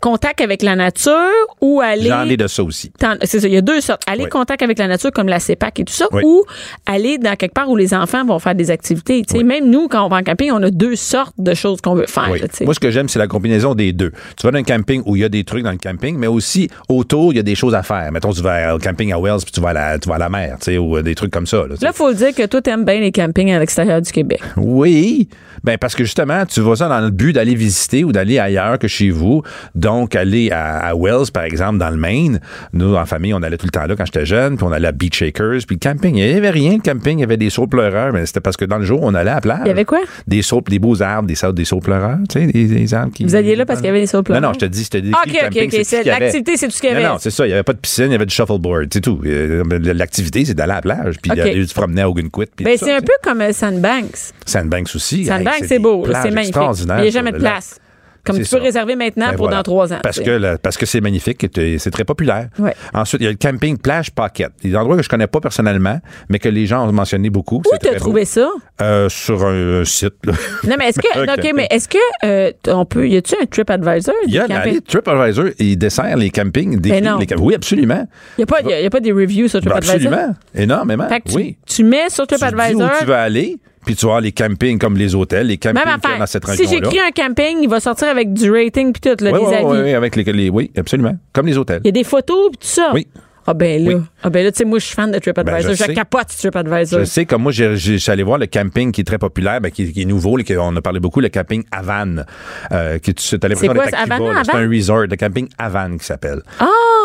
Speaker 1: contact avec la nature ou aller.
Speaker 2: J'en ai de ça aussi.
Speaker 1: Tant- C'est ça, il y a deux sortes. Aller
Speaker 2: Oui.
Speaker 1: contact avec la nature comme la CEPAC et tout ça,
Speaker 2: Oui.
Speaker 1: ou aller dans quelque part où les enfants vont faire des activités. Tu sais, Même nous, quand on va en camping, on a deux sortes de choses qu'on veut faire.
Speaker 2: Oui.
Speaker 1: là, tu Ah, sais.
Speaker 2: Moi, ce que j'aime, c'est la combinaison des deux. Tu vas dans un camping où il y a des trucs dans le camping, mais aussi autour, il y a des choses à faire. Mettons, tu vas au camping à Wells, puis tu vas à la, tu vas à la mer, tu sais, ou euh, des trucs comme ça. là, tu sais.
Speaker 1: Là, il faut le dire que toi, t'aimes bien les campings à l'extérieur du Québec.
Speaker 2: Oui, ben parce que justement, tu vas ça dans le but d'aller visiter ou d'aller ailleurs que chez vous. Donc, aller à, à Wells, par exemple, dans le Maine. Nous, en famille, on allait tout le temps là quand j'étais jeune, puis on allait à Beach Shakers, puis le camping. Il n'y avait rien de camping, il y avait des sauts pleureurs, mais c'était parce que dans le jour, on allait à la plage.
Speaker 1: Il y avait quoi?
Speaker 2: Des sauts, des beaux arbres, des sauts, des sauts pleureurs, tu sais, des, des arbres qui...
Speaker 1: Vous alliez là parce qu'il y avait des sauts pleureurs?
Speaker 2: Non, non, je te dis, je te dis,
Speaker 1: Ah, Ok,
Speaker 2: le
Speaker 1: ok,
Speaker 2: camping,
Speaker 1: ok,
Speaker 2: c'est tout
Speaker 1: c'est-
Speaker 2: ce qu'il y avait.
Speaker 1: l'activité, c'est tout ce qu'il y avait.
Speaker 2: Non, non, c'est ça. Il n'y avait pas de piscine, il y avait du shuffleboard, c'est tout. Euh, L'activité, c'est d'aller à la plage, puis
Speaker 1: Ok.
Speaker 2: d'aller se promener à Ogunquit. puis
Speaker 1: Ben,
Speaker 2: tout ça,
Speaker 1: c'est un
Speaker 2: tu sais.
Speaker 1: peu comme euh, Sandbanks.
Speaker 2: Sandbanks aussi.
Speaker 1: Sandbanks,
Speaker 2: Hey,
Speaker 1: c'est
Speaker 2: des
Speaker 1: beau,
Speaker 2: plages
Speaker 1: c'est magnifique. Il
Speaker 2: extraordinaires
Speaker 1: n'y a
Speaker 2: sur
Speaker 1: jamais de
Speaker 2: le lac.
Speaker 1: place. Comme tu
Speaker 2: C'est
Speaker 1: peux
Speaker 2: ça.
Speaker 1: réserver maintenant
Speaker 2: Ben
Speaker 1: pour
Speaker 2: voilà.
Speaker 1: dans trois ans.
Speaker 2: Parce
Speaker 1: tu
Speaker 2: que,
Speaker 1: sais.
Speaker 2: le- parce que c'est magnifique, et t- c'est très populaire.
Speaker 1: Ouais.
Speaker 2: Ensuite, il y a le camping plage pocket. Des endroits que je connais pas personnellement, mais que les gens ont mentionné beaucoup.
Speaker 1: Où
Speaker 2: c'est
Speaker 1: t'as
Speaker 2: très beau.
Speaker 1: trouvé ça?
Speaker 2: Euh, sur un, un site. là.
Speaker 1: Non, mais est-ce que.
Speaker 2: Un
Speaker 1: non, OK,
Speaker 2: camping.
Speaker 1: mais est-ce que. euh, on peut. Y a-tu un TripAdvisor?
Speaker 2: Il y a
Speaker 1: des
Speaker 2: la
Speaker 1: campings?
Speaker 2: les TripAdvisor, ils desserrent les campings. décrivent
Speaker 1: Ben non.
Speaker 2: les campings. Oui, absolument.
Speaker 1: Y a pas- y a- y a pas des reviews sur
Speaker 2: Ben,
Speaker 1: TripAdvisor?
Speaker 2: absolument. Énormément.
Speaker 1: Fait que tu,
Speaker 2: oui.
Speaker 1: tu mets sur
Speaker 2: Tu dis
Speaker 1: TripAdvisor.
Speaker 2: où tu veux aller, puis tu vas voir les campings comme les hôtels, les
Speaker 1: Même
Speaker 2: campings qu'il y a
Speaker 1: affaire.
Speaker 2: dans cette
Speaker 1: Si
Speaker 2: région-là.
Speaker 1: j'écris un camping, il va sortir avec du rating puis tout, là,
Speaker 2: oui,
Speaker 1: des
Speaker 2: oui,
Speaker 1: avis.
Speaker 2: oui, oui, avec les, les- oui, absolument. Comme les hôtels.
Speaker 1: Il y a des photos puis tout ça.
Speaker 2: Oui.
Speaker 1: Ah ben là,
Speaker 2: Oui.
Speaker 1: ah ben là, tu sais, moi je suis fan de TripAdvisor,
Speaker 2: Ben,
Speaker 1: je,
Speaker 2: je sais.
Speaker 1: capote sur TripAdvisor.
Speaker 2: Je sais, comme moi, j'ai- j'ai- je suis allé voir le camping qui est très populaire, ben, qui, qui est nouveau, là, qui- on a parlé beaucoup, le camping Havane. Euh, qui, tu as l'impression
Speaker 1: quoi,
Speaker 2: d'être
Speaker 1: c'est
Speaker 2: à Cuba.
Speaker 1: Havana,
Speaker 2: là. C'est
Speaker 1: Havane? Oh!
Speaker 2: un resort, le camping Havane qui s'appelle.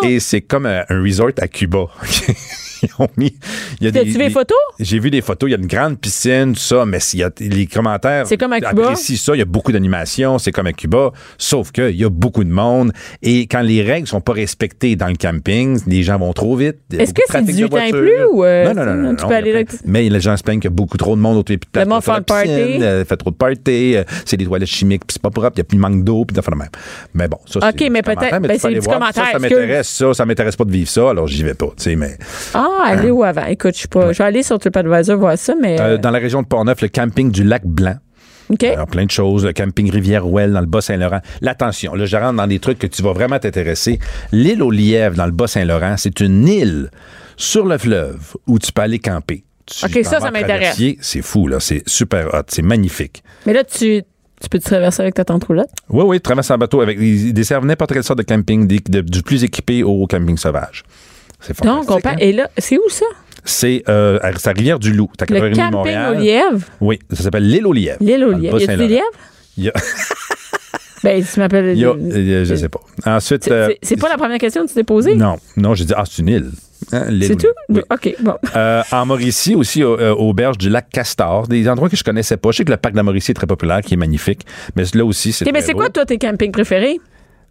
Speaker 2: Et c'est comme euh, un resort à Cuba. Ils ont mis. il y a
Speaker 1: T'as-tu
Speaker 2: des-
Speaker 1: vu les
Speaker 2: des-
Speaker 1: photos?
Speaker 2: J'ai vu des photos. Il y a une grande piscine, tout ça, mais s'il y a, les commentaires.
Speaker 1: C'est comme à Cuba?
Speaker 2: apprécient ça. Il y a beaucoup d'animation. C'est comme à Cuba. Sauf qu'il y a beaucoup de monde. Et quand les règles sont pas respectées dans le camping, les gens vont trop vite. Il y a
Speaker 1: Est-ce
Speaker 2: beaucoup
Speaker 1: que
Speaker 2: de trafic
Speaker 1: c'est
Speaker 2: de
Speaker 1: 18 ans et
Speaker 2: voitures.
Speaker 1: plus ou, euh,
Speaker 2: non, non, non, non,
Speaker 1: tu peux
Speaker 2: non, il y a
Speaker 1: aller là-
Speaker 2: plein- mais les gens se plaignent qu'il y a beaucoup trop de monde autour des
Speaker 1: Le
Speaker 2: places.
Speaker 1: monde
Speaker 2: pour faire
Speaker 1: fait un
Speaker 2: la piscine,
Speaker 1: party.
Speaker 2: euh, fait trop de party, euh, c'est des toilettes chimiques, puis c'est pas propre, il y a plus de manque d'eau, puis d'affaires de même. Mais bon, ça, c'est
Speaker 1: Ok, mais
Speaker 2: des commentaires,
Speaker 1: peut-être-
Speaker 2: mais
Speaker 1: ben,
Speaker 2: tu peux
Speaker 1: c'est des
Speaker 2: aller
Speaker 1: petits
Speaker 2: voir. Ça, ça
Speaker 1: commentaires,
Speaker 2: m'intéresse, ça, ça m'intéresse pas de vivre ça, alors j'y vais pas, tu sais, mais...
Speaker 1: Ah, allez où avant? Écoute, je suis pas. Je vais aller sur TripAdvisor voir ça, mais.
Speaker 2: Hein? Euh, dans la région de Portneuf, le camping du lac Blanc.
Speaker 1: OK.
Speaker 2: Alors, plein de choses. Le camping Rivière-Ouelle dans le Bas-Saint-Laurent. L'attention, là, je rentre dans des trucs que tu vas vraiment t'intéresser. L'île aux lièvres dans le Bas-Saint-Laurent, c'est une île sur le fleuve où tu peux aller camper. Tu
Speaker 1: OK,
Speaker 2: t'en
Speaker 1: ça,
Speaker 2: vas
Speaker 1: ça
Speaker 2: à
Speaker 1: m'intéresse.
Speaker 2: traversier. C'est fou, là. C'est super hot. C'est magnifique.
Speaker 1: Mais là, tu, tu peux te traverser avec ta tente roulotte?
Speaker 2: Oui, oui, traverse en bateau. Avec, ils ils desservent n'importe quelle sorte de camping, des- de- du plus équipé au camping sauvage. C'est fantastique.
Speaker 1: Donc, on parle.
Speaker 2: hein?
Speaker 1: Et là, c'est où ça?
Speaker 2: C'est euh, à- c'est à Rivière-du-Loup. T'as
Speaker 1: Le camping
Speaker 2: Montréal.
Speaker 1: aux lièvres?
Speaker 2: Oui, ça s'appelle l'île aux lièvres.
Speaker 1: L'île aux
Speaker 2: dans le
Speaker 1: lièvres. Y a-tu des
Speaker 2: Bas-Saint-Laurent.
Speaker 1: lièvres?
Speaker 2: Il y a-
Speaker 1: Ben, tu m'appelles.
Speaker 2: Il y a- il y a- je sais pas. Ensuite.
Speaker 1: C'est-
Speaker 2: euh,
Speaker 1: c'est- C'est pas la première question que tu t'es posée?
Speaker 2: Non, non, j'ai dit, ah, c'est une île. Hein, l'île
Speaker 1: C'est
Speaker 2: où-
Speaker 1: tout?
Speaker 2: oui.
Speaker 1: OK, bon.
Speaker 2: Euh, en Mauricie aussi, au- euh, aux berges du lac Castor, des endroits que je connaissais pas. Je sais que le parc de la Mauricie est très populaire, qui est magnifique, mais là aussi, c'est.
Speaker 1: OK, mais
Speaker 2: très
Speaker 1: c'est
Speaker 2: beau.
Speaker 1: quoi, toi, tes campings préférés?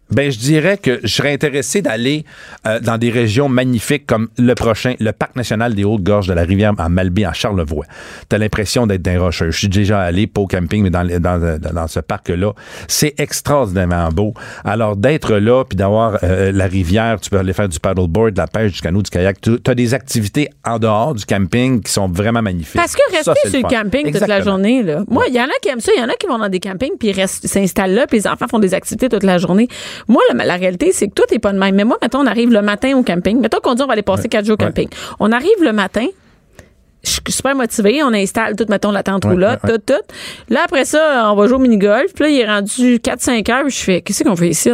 Speaker 2: Ben, je dirais que je serais intéressé d'aller euh, dans des régions magnifiques comme le prochain, le parc national des Hautes-Gorges de la rivière en Malbaie, en Charlevoix. T'as l'impression d'être dans rocheux. Je suis déjà allé, pas au camping, mais dans, le- dans, euh, dans ce parc-là. C'est extraordinairement beau. Alors, d'être là, puis d'avoir euh, la rivière, tu peux aller faire du paddleboard, de la pêche, du canot, du kayak. Tu as des activités en dehors du camping qui sont vraiment magnifiques.
Speaker 1: Parce que rester
Speaker 2: Ça, c'est
Speaker 1: sur le,
Speaker 2: fun.
Speaker 1: camping toute la
Speaker 2: Exactement.
Speaker 1: journée, là. Moi, il y en a qui aiment ça, il y en a qui vont dans des campings puis ils restent- s'installent là, puis les enfants font des activités toute la journée. Moi, la, la réalité, c'est que tout est pas de même. Mais moi, mettons, on arrive le matin au camping. Mettons qu'on dit on va aller passer quatre jours au camping. On arrive le matin. Je suis super motivée. On installe tout, mettons, la tente
Speaker 2: Ouais,
Speaker 1: roulotte,
Speaker 2: ouais, ouais.
Speaker 1: tout, tout. Là, après ça, on va jouer au mini-golf. Puis là, il est rendu 4-5 heures. puis Je fais, qu'est-ce qu'on fait ici?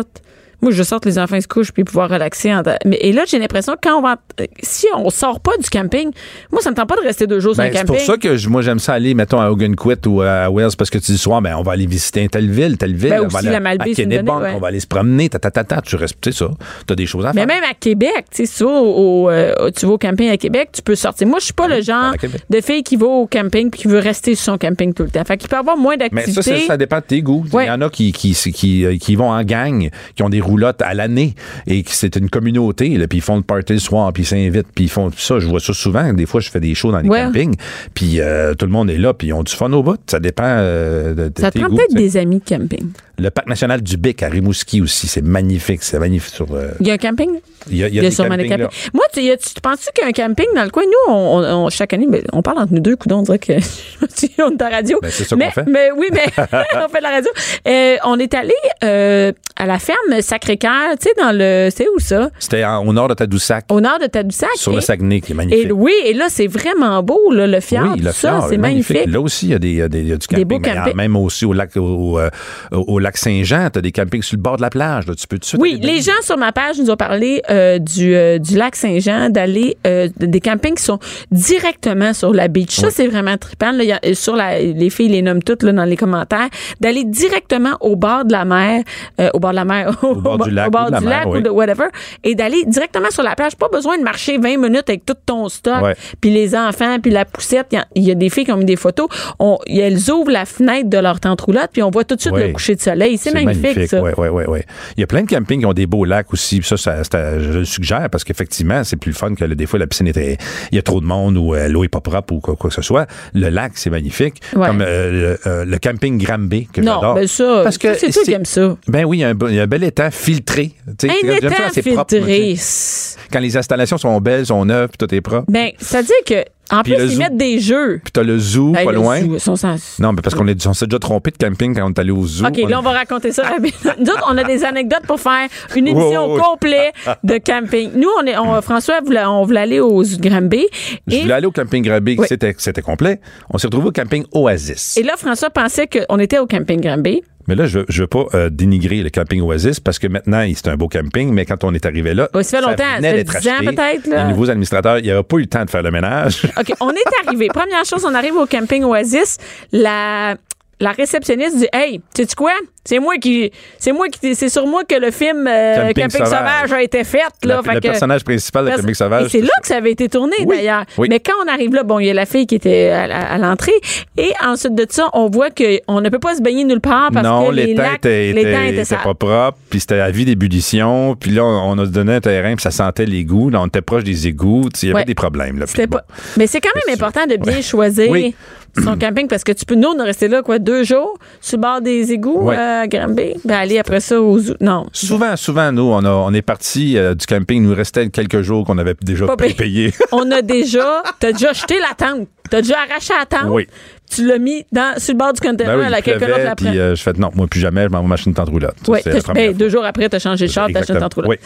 Speaker 1: moi, je sorte les enfants se couchent puis pouvoir relaxer. en ta- Mais, et là, j'ai l'impression que quand on va. Si on sort pas du camping, moi, ça me tente pas de rester deux jours
Speaker 2: Ben,
Speaker 1: sur un
Speaker 2: c'est pour
Speaker 1: camping.
Speaker 2: ça que je- moi, j'aime ça aller, mettons, à Ogunquit ou à Wells, parce que tu dis soir, ben, on va aller visiter telle ville, telle ville.
Speaker 1: Ben,
Speaker 2: on va
Speaker 1: aussi,
Speaker 2: aller
Speaker 1: la Malbaie,
Speaker 2: à
Speaker 1: c'est une
Speaker 2: Kennebunk,
Speaker 1: donnée, ouais.
Speaker 2: on va aller se promener, ta, ta, ta, ta, tu restes, tu sais ça. T'as des choses à
Speaker 1: Mais
Speaker 2: faire.
Speaker 1: même à Québec, tu sais, si tu vas au, au, euh, tu vas au camping à Québec, tu peux sortir. Moi, je suis pas le genre
Speaker 2: à Québec.
Speaker 1: de fille qui va au camping puis qui veut rester sur son camping tout le temps. Fait qu'il peut avoir moins
Speaker 2: Mais
Speaker 1: d'activités.
Speaker 2: ça, c'est- ça dépend de tes goûts.
Speaker 1: Ouais.
Speaker 2: Il y en a qui, qui, c'est- qui, euh, qui vont en gang, qui ont des roulottes à l'année et qui c'est une communauté, là, puis ils font le party le soir, puis ils s'invitent, puis ils font ça. Je vois ça souvent. Des fois, je fais des shows dans les
Speaker 1: Ouais.
Speaker 2: campings, puis euh, tout le monde est là, puis ils ont du fun au bout. Ça dépend euh, de, de
Speaker 1: Ça te
Speaker 2: tes
Speaker 1: prend
Speaker 2: goûts.
Speaker 1: peut-être
Speaker 2: tu sais.
Speaker 1: des amis de camping.
Speaker 2: Le parc national du Bic à Rimouski aussi, c'est magnifique. C'est magnifique. Sur, euh,
Speaker 1: Il y a un camping?
Speaker 2: il y a, il y a
Speaker 1: Il y a
Speaker 2: des
Speaker 1: sûrement des
Speaker 2: campings, là.
Speaker 1: campings. Moi, tu, y a- tu- tu penses-tu qu'il y a un camping dans le coin? Nous, on, on- on- chaque année, ben, on parle entre nous deux, coudons, on dirait que tu- on est à la radio.
Speaker 2: Ben, c'est ça
Speaker 1: mais,
Speaker 2: qu'on fait.
Speaker 1: mais oui, mais on fait de la radio. Euh, on est allé euh, à la ferme Sacré-Cœur, tu sais, dans le. C'est où ça?
Speaker 2: C'était en- au nord de Tadoussac,
Speaker 1: Au nord de Tadoussac.
Speaker 2: sur le
Speaker 1: Et-
Speaker 2: Saguenay, qui est magnifique.
Speaker 1: Oh, Et oui, et là, c'est vraiment beau, là, le fjord,
Speaker 2: oui,
Speaker 1: tout
Speaker 2: le fjord,
Speaker 1: ça, c'est magnifique.
Speaker 2: Là aussi, il y a, des, il y a des- il y a du
Speaker 1: Des
Speaker 2: camping.
Speaker 1: beaux
Speaker 2: mais il y a
Speaker 1: campings.
Speaker 2: Même aussi au lac, au, euh, au- au lac Saint-Jean, tu as des campings sur le bord de la plage. là. Tu peux tout de suite
Speaker 1: Oui,
Speaker 2: aller
Speaker 1: les
Speaker 2: baigner.
Speaker 1: gens sur ma page nous ont parlé euh, du, euh, du lac Saint-Jean, d'aller euh, des campings qui sont directement sur la beach. Ça, c'est vraiment trippant. là. Il y a- euh, sur la, les filles les nomment toutes là, dans les commentaires. D'aller directement au bord de la mer, euh, au bord de la mer, au,
Speaker 2: bord du lac
Speaker 1: au bord
Speaker 2: ou de la
Speaker 1: du
Speaker 2: mer,
Speaker 1: lac ou
Speaker 2: oui.
Speaker 1: de whatever, et d'aller directement sur la plage. Pas besoin de marcher 20 minutes avec tout ton stock,
Speaker 2: Ouais.
Speaker 1: puis les enfants, puis la poussette. Il y a- Il y, a des filles qui ont mis des photos. On, y- elles ouvrent la fenêtre de leur tente roulotte, puis on voit tout de suite
Speaker 2: Ouais.
Speaker 1: le coucher de soleil. C'est magnifique, ça.
Speaker 2: Oui, oui, oui, oui. Il y a plein de campings qui ont des beaux lacs aussi. puis Ça, ça, c'est à- je le suggère parce qu'effectivement, c'est plus le fun que le- des fois la piscine est très- Il y a trop de monde ou euh, l'eau est pas propre ou quoi, quoi que ce soit. Le lac, c'est magnifique.
Speaker 1: Ouais.
Speaker 2: Comme euh, le, euh, le camping Granby que
Speaker 1: Non,
Speaker 2: j'adore.
Speaker 1: ben ça,
Speaker 2: Parce que
Speaker 1: ça, c'est toi qui aimes ça.
Speaker 2: Ben oui, il y a un, be- il y a un bel étang filtré. Tu sais,
Speaker 1: Un
Speaker 2: j'aime ça,
Speaker 1: étang
Speaker 2: c'est propre,
Speaker 1: filtré.
Speaker 2: tu sais. Quand les installations sont belles, sont neuves, puis tout est propre.
Speaker 1: Ben, c'est-à-dire que, en
Speaker 2: Puis le
Speaker 1: plus, ils
Speaker 2: zoo.
Speaker 1: mettent des jeux.
Speaker 2: Puis t'as le zoo
Speaker 1: Hey, Ben,
Speaker 2: pas
Speaker 1: le
Speaker 2: loin.
Speaker 1: zoo, son sens.
Speaker 2: Non, mais parce qu'on est- on s'est déjà trompé de camping quand on est allé au zoo.
Speaker 1: OK, là, on va raconter ça rapidement. Nous autres, on a des anecdotes pour faire une
Speaker 2: Wow,
Speaker 1: édition
Speaker 2: wow, wow.
Speaker 1: complète de camping. Nous, on est, on- François, voulait- on voulait aller au zoo de Granby.
Speaker 2: Je
Speaker 1: Et,
Speaker 2: voulais aller au camping Grabé,
Speaker 1: Oui.
Speaker 2: c'était, c'était complet. On s'est retrouvé au camping Oasis.
Speaker 1: et là, François pensait qu'on était au camping Granby.
Speaker 2: Mais là, je veux, je veux pas euh, dénigrer le camping Oasis parce que maintenant, il- c'est un beau camping, mais quand on est arrivé là,
Speaker 1: Ouais, Bah, ça fait longtemps, ça
Speaker 2: venait
Speaker 1: fait
Speaker 2: d'être
Speaker 1: 10 ans
Speaker 2: acheté.
Speaker 1: peut-être, là.
Speaker 2: Les nouveaux administrateurs, il n'y avait pas eu le temps de faire le ménage.
Speaker 1: OK, on est arrivé. Première chose, on arrive au camping Oasis. La, la réceptionniste dit Hey, sais tu quoi? C'est moi qui. C'est moi qui. C'est sur moi que le film euh, Camping,
Speaker 2: Camping
Speaker 1: Sauvage.
Speaker 2: Sauvage
Speaker 1: a été fait. Là,
Speaker 2: La-
Speaker 1: Fait
Speaker 2: le
Speaker 1: que-
Speaker 2: personnage principal de
Speaker 1: Parce-
Speaker 2: Camping Sauvage.
Speaker 1: Et c'est là que ça avait été tourné,
Speaker 2: Oui,
Speaker 1: d'ailleurs.
Speaker 2: oui.
Speaker 1: Mais quand on arrive là, bon, il y a la fille qui était à, la- à l'entrée. Et ensuite de ça, on voit qu'on ne peut pas se baigner nulle part parce
Speaker 2: non,
Speaker 1: que les
Speaker 2: l'étang
Speaker 1: lacs,
Speaker 2: était,
Speaker 1: les dents
Speaker 2: était-
Speaker 1: étaient
Speaker 2: était
Speaker 1: sales.
Speaker 2: pas propre, puis c'était à vie d'ébullition, puis là, on, on a donné un terrain, puis ça sentait l'égout, là, on était proche des égouts, tu sais, il y avait
Speaker 1: Ouais.
Speaker 2: des problèmes. Là, puis
Speaker 1: C'était
Speaker 2: bon.
Speaker 1: pas- Mais c'est quand même important de bien choisir
Speaker 2: Oui.
Speaker 1: son camping parce que tu peux, nous, on est resté là, quoi, deux jours, sur le bord des égouts,
Speaker 2: Ouais.
Speaker 1: euh, à Granby, ben aller après ça aux zoo. Non.
Speaker 2: Souvent, souvent, nous, on, a- on est parti euh, du camping, il nous restait quelques jours qu'on avait déjà
Speaker 1: Pas payé.
Speaker 2: payé. Ben payé.
Speaker 1: On a déjà, t'as déjà jeté la tente. T'as déjà arraché la tente.
Speaker 2: Oui.
Speaker 1: Tu l'as mis dans, sur le bord du container,
Speaker 2: Ben oui,
Speaker 1: là,
Speaker 2: il
Speaker 1: quelqu'un d'autre
Speaker 2: pleuvait,
Speaker 1: l'a pris.
Speaker 2: puis euh, je fais non, moi plus jamais, je m'en vais m'acheter une tente roulotte. Ça,
Speaker 1: Oui,
Speaker 2: c'est la
Speaker 1: t'as-
Speaker 2: première
Speaker 1: ben, deux jours après, t'as changé de
Speaker 2: fois.
Speaker 1: char, t'as acheté une
Speaker 2: Exactement.
Speaker 1: tente roulotte.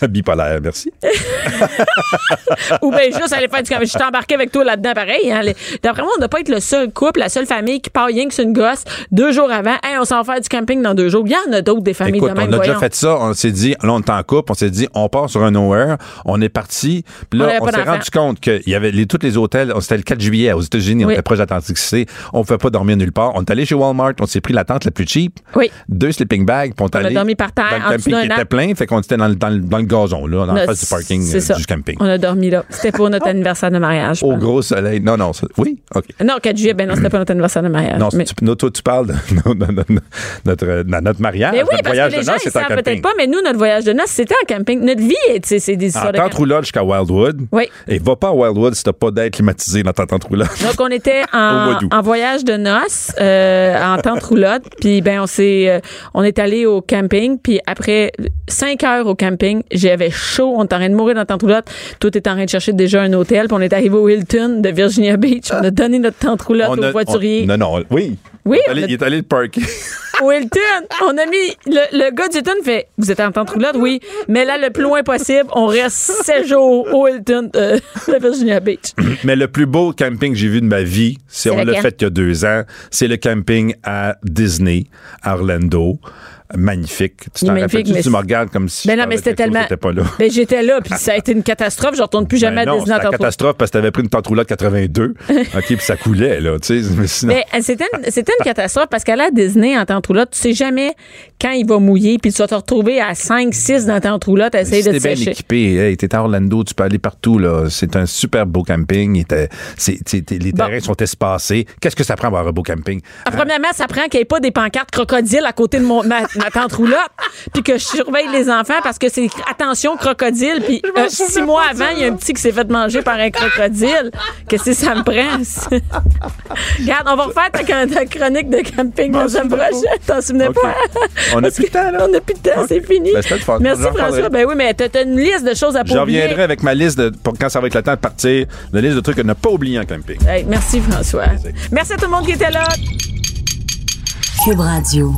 Speaker 2: Oui. Bipolaire, merci.
Speaker 1: Ou bien juste aller faire du camping. Je suis embarqué avec toi là-dedans, pareil. hein. Les- D'après moi, on ne doit pas être le seul couple, la seule famille qui part rien que sur une gosse deux jours avant. Hey, on s'en va faire du camping dans deux jours. Il y en a d'autres, des familles
Speaker 2: Écoute,
Speaker 1: de
Speaker 2: on a
Speaker 1: même,
Speaker 2: déjà
Speaker 1: voyons.
Speaker 2: fait ça, on s'est dit, là, on est en couple, on s'est dit, on part sur un nowhere, on est parti, puis
Speaker 1: On
Speaker 2: là,
Speaker 1: avait
Speaker 2: on,
Speaker 1: pas
Speaker 2: s'est
Speaker 1: d'enfant.
Speaker 2: rendu compte qu'il y avait les, tous les hôtels, on- c'était le 4 juillet aux États-Unis, on
Speaker 1: Oui.
Speaker 2: était proche d'Atlantic City, on ne pouvait pas dormir nulle part. On est allé chez Walmart, on s'est pris la tente la plus cheap,
Speaker 1: Oui.
Speaker 2: deux sleeping bags, puis on est
Speaker 1: On a
Speaker 2: allé
Speaker 1: dormi par terre,
Speaker 2: dans
Speaker 1: en
Speaker 2: le
Speaker 1: dessous
Speaker 2: camping
Speaker 1: d'un
Speaker 2: qui était
Speaker 1: arbre.
Speaker 2: plein, fait qu'on était dans, le- dans le- dans le gazon, là, dans
Speaker 1: On a-
Speaker 2: la face du parking
Speaker 1: c'est
Speaker 2: euh,
Speaker 1: ça.
Speaker 2: du camping. Oh.
Speaker 1: On a dormi là. C'était pour notre anniversaire de mariage. je
Speaker 2: Au
Speaker 1: pense.
Speaker 2: gros soleil. Non, non, ça- oui, OK.
Speaker 1: Non, 4 juillet, ben non, c'était pas notre anniversaire de mariage.
Speaker 2: Non,
Speaker 1: mais...
Speaker 2: tu, non, toi, tu parles de non, non, non, non, notre, euh, non, notre mariage.
Speaker 1: Mais oui,
Speaker 2: notre
Speaker 1: parce
Speaker 2: voyage
Speaker 1: que les
Speaker 2: de
Speaker 1: gens,
Speaker 2: noces,
Speaker 1: ils
Speaker 2: c'est en
Speaker 1: savent peut-être
Speaker 2: camping. Ah,
Speaker 1: pas, mais nous, notre voyage de noces, c'était en camping. Notre vie, tu sais, c'est des
Speaker 2: En
Speaker 1: histoires de
Speaker 2: tente
Speaker 1: camping.
Speaker 2: roulotte jusqu'à Wildwood.
Speaker 1: Oui.
Speaker 2: Et va pas à Wildwood si t'as pas d'aide climatisée dans ta tente roulotte.
Speaker 1: Donc, on était
Speaker 2: Au
Speaker 1: en,
Speaker 2: mois d'août.
Speaker 1: en voyage de noces, euh, en tente roulotte. Puis, ben, on s'est, euh, on est allé au camping. Puis, après cinq heures au camping, j'avais chaud. On était en train de mourir dans la tente roulotte. Tout était en train de chercher déjà un hôtel. Puis, on est arrivé au Hilton de Virginia Beach. On a donné notre tente roulotte
Speaker 2: On
Speaker 1: au
Speaker 2: a-
Speaker 1: voiturier.
Speaker 2: on- non, non, oui.
Speaker 1: Oui,
Speaker 2: On est allé-
Speaker 1: on a-
Speaker 2: Il est allé le parker.
Speaker 1: Au Hilton, on a mis. Le, le gars du Hilton fait Vous êtes en tente roulotte, oui. Mais là, le plus loin possible, on reste sept jours au Hilton euh, de Virginia Beach.
Speaker 2: Mais le plus beau camping que j'ai vu de ma vie, c'est on l'a
Speaker 1: lequel?
Speaker 2: fait il y a deux ans, c'est le camping à Disney, à Orlando. magnifique. Tu
Speaker 1: Il est
Speaker 2: t'en
Speaker 1: magnifique,
Speaker 2: rappelles-tu?
Speaker 1: mais
Speaker 2: Tu me
Speaker 1: c'est-
Speaker 2: regardes comme si.
Speaker 1: Ben
Speaker 2: je
Speaker 1: non, mais
Speaker 2: parlais
Speaker 1: c'était
Speaker 2: de quelque chose,
Speaker 1: tellement.
Speaker 2: t'étais pas là.
Speaker 1: Ben, j'étais là, puis ça a été une catastrophe. Je retourne plus jamais
Speaker 2: Ben
Speaker 1: à
Speaker 2: non, c'était
Speaker 1: Disneyland
Speaker 2: la
Speaker 1: Toronto.
Speaker 2: catastrophe parce que t'avais pris une tantroulade 82. OK, puis ça coulait, là. Tu sais, mais sinon.
Speaker 1: Mais euh, c'était une, c'était une catastrophe parce qu'à la Disney, en temps roulotte, tu sais jamais quand il va mouiller, puis tu vas te retrouver à 5, 6 dans temps roulotte à essayer
Speaker 2: Si
Speaker 1: de
Speaker 2: t'es
Speaker 1: te
Speaker 2: bien
Speaker 1: sécher.
Speaker 2: équipé, hey, t'es à Orlando, tu peux aller partout. là. C'est un super beau camping. Il était- c'est- t'es- t'es- les
Speaker 1: Bon.
Speaker 2: terrains sont espacés. Qu'est-ce que ça prend pour avoir un beau camping?
Speaker 1: Ah, Premièrement, ça prend qu'il n'y ait pas des pancartes crocodiles à côté de mon, ma, ma tante roulotte, puis que je surveille les enfants parce que c'est écrit, attention crocodile, puis euh, six mois avant, il y a un petit qui s'est fait manger par un crocodile. Qu'est-ce que ça me prend? ça? Regarde, on va refaire ta, ta chronique de camping la semaine prochaine. T'en souvenais
Speaker 2: Ok.
Speaker 1: pas? hein?
Speaker 2: On a
Speaker 1: Parce
Speaker 2: plus de
Speaker 1: que-
Speaker 2: temps, là.
Speaker 1: On n'a plus de temps,
Speaker 2: Ok.
Speaker 1: c'est fini.
Speaker 2: Ben, c'était le fun.
Speaker 1: Merci
Speaker 2: J'en reparlerai.
Speaker 1: François. Ben oui, mais t'as t'as une liste de choses à
Speaker 2: Je
Speaker 1: pas oublier.
Speaker 2: reviendrai avec ma liste de, pour quand ça va être le temps de partir, la liste de trucs à ne pas oublier en camping.
Speaker 1: Hey, merci François. Merci à tout le monde qui était là.
Speaker 4: Cube Radio.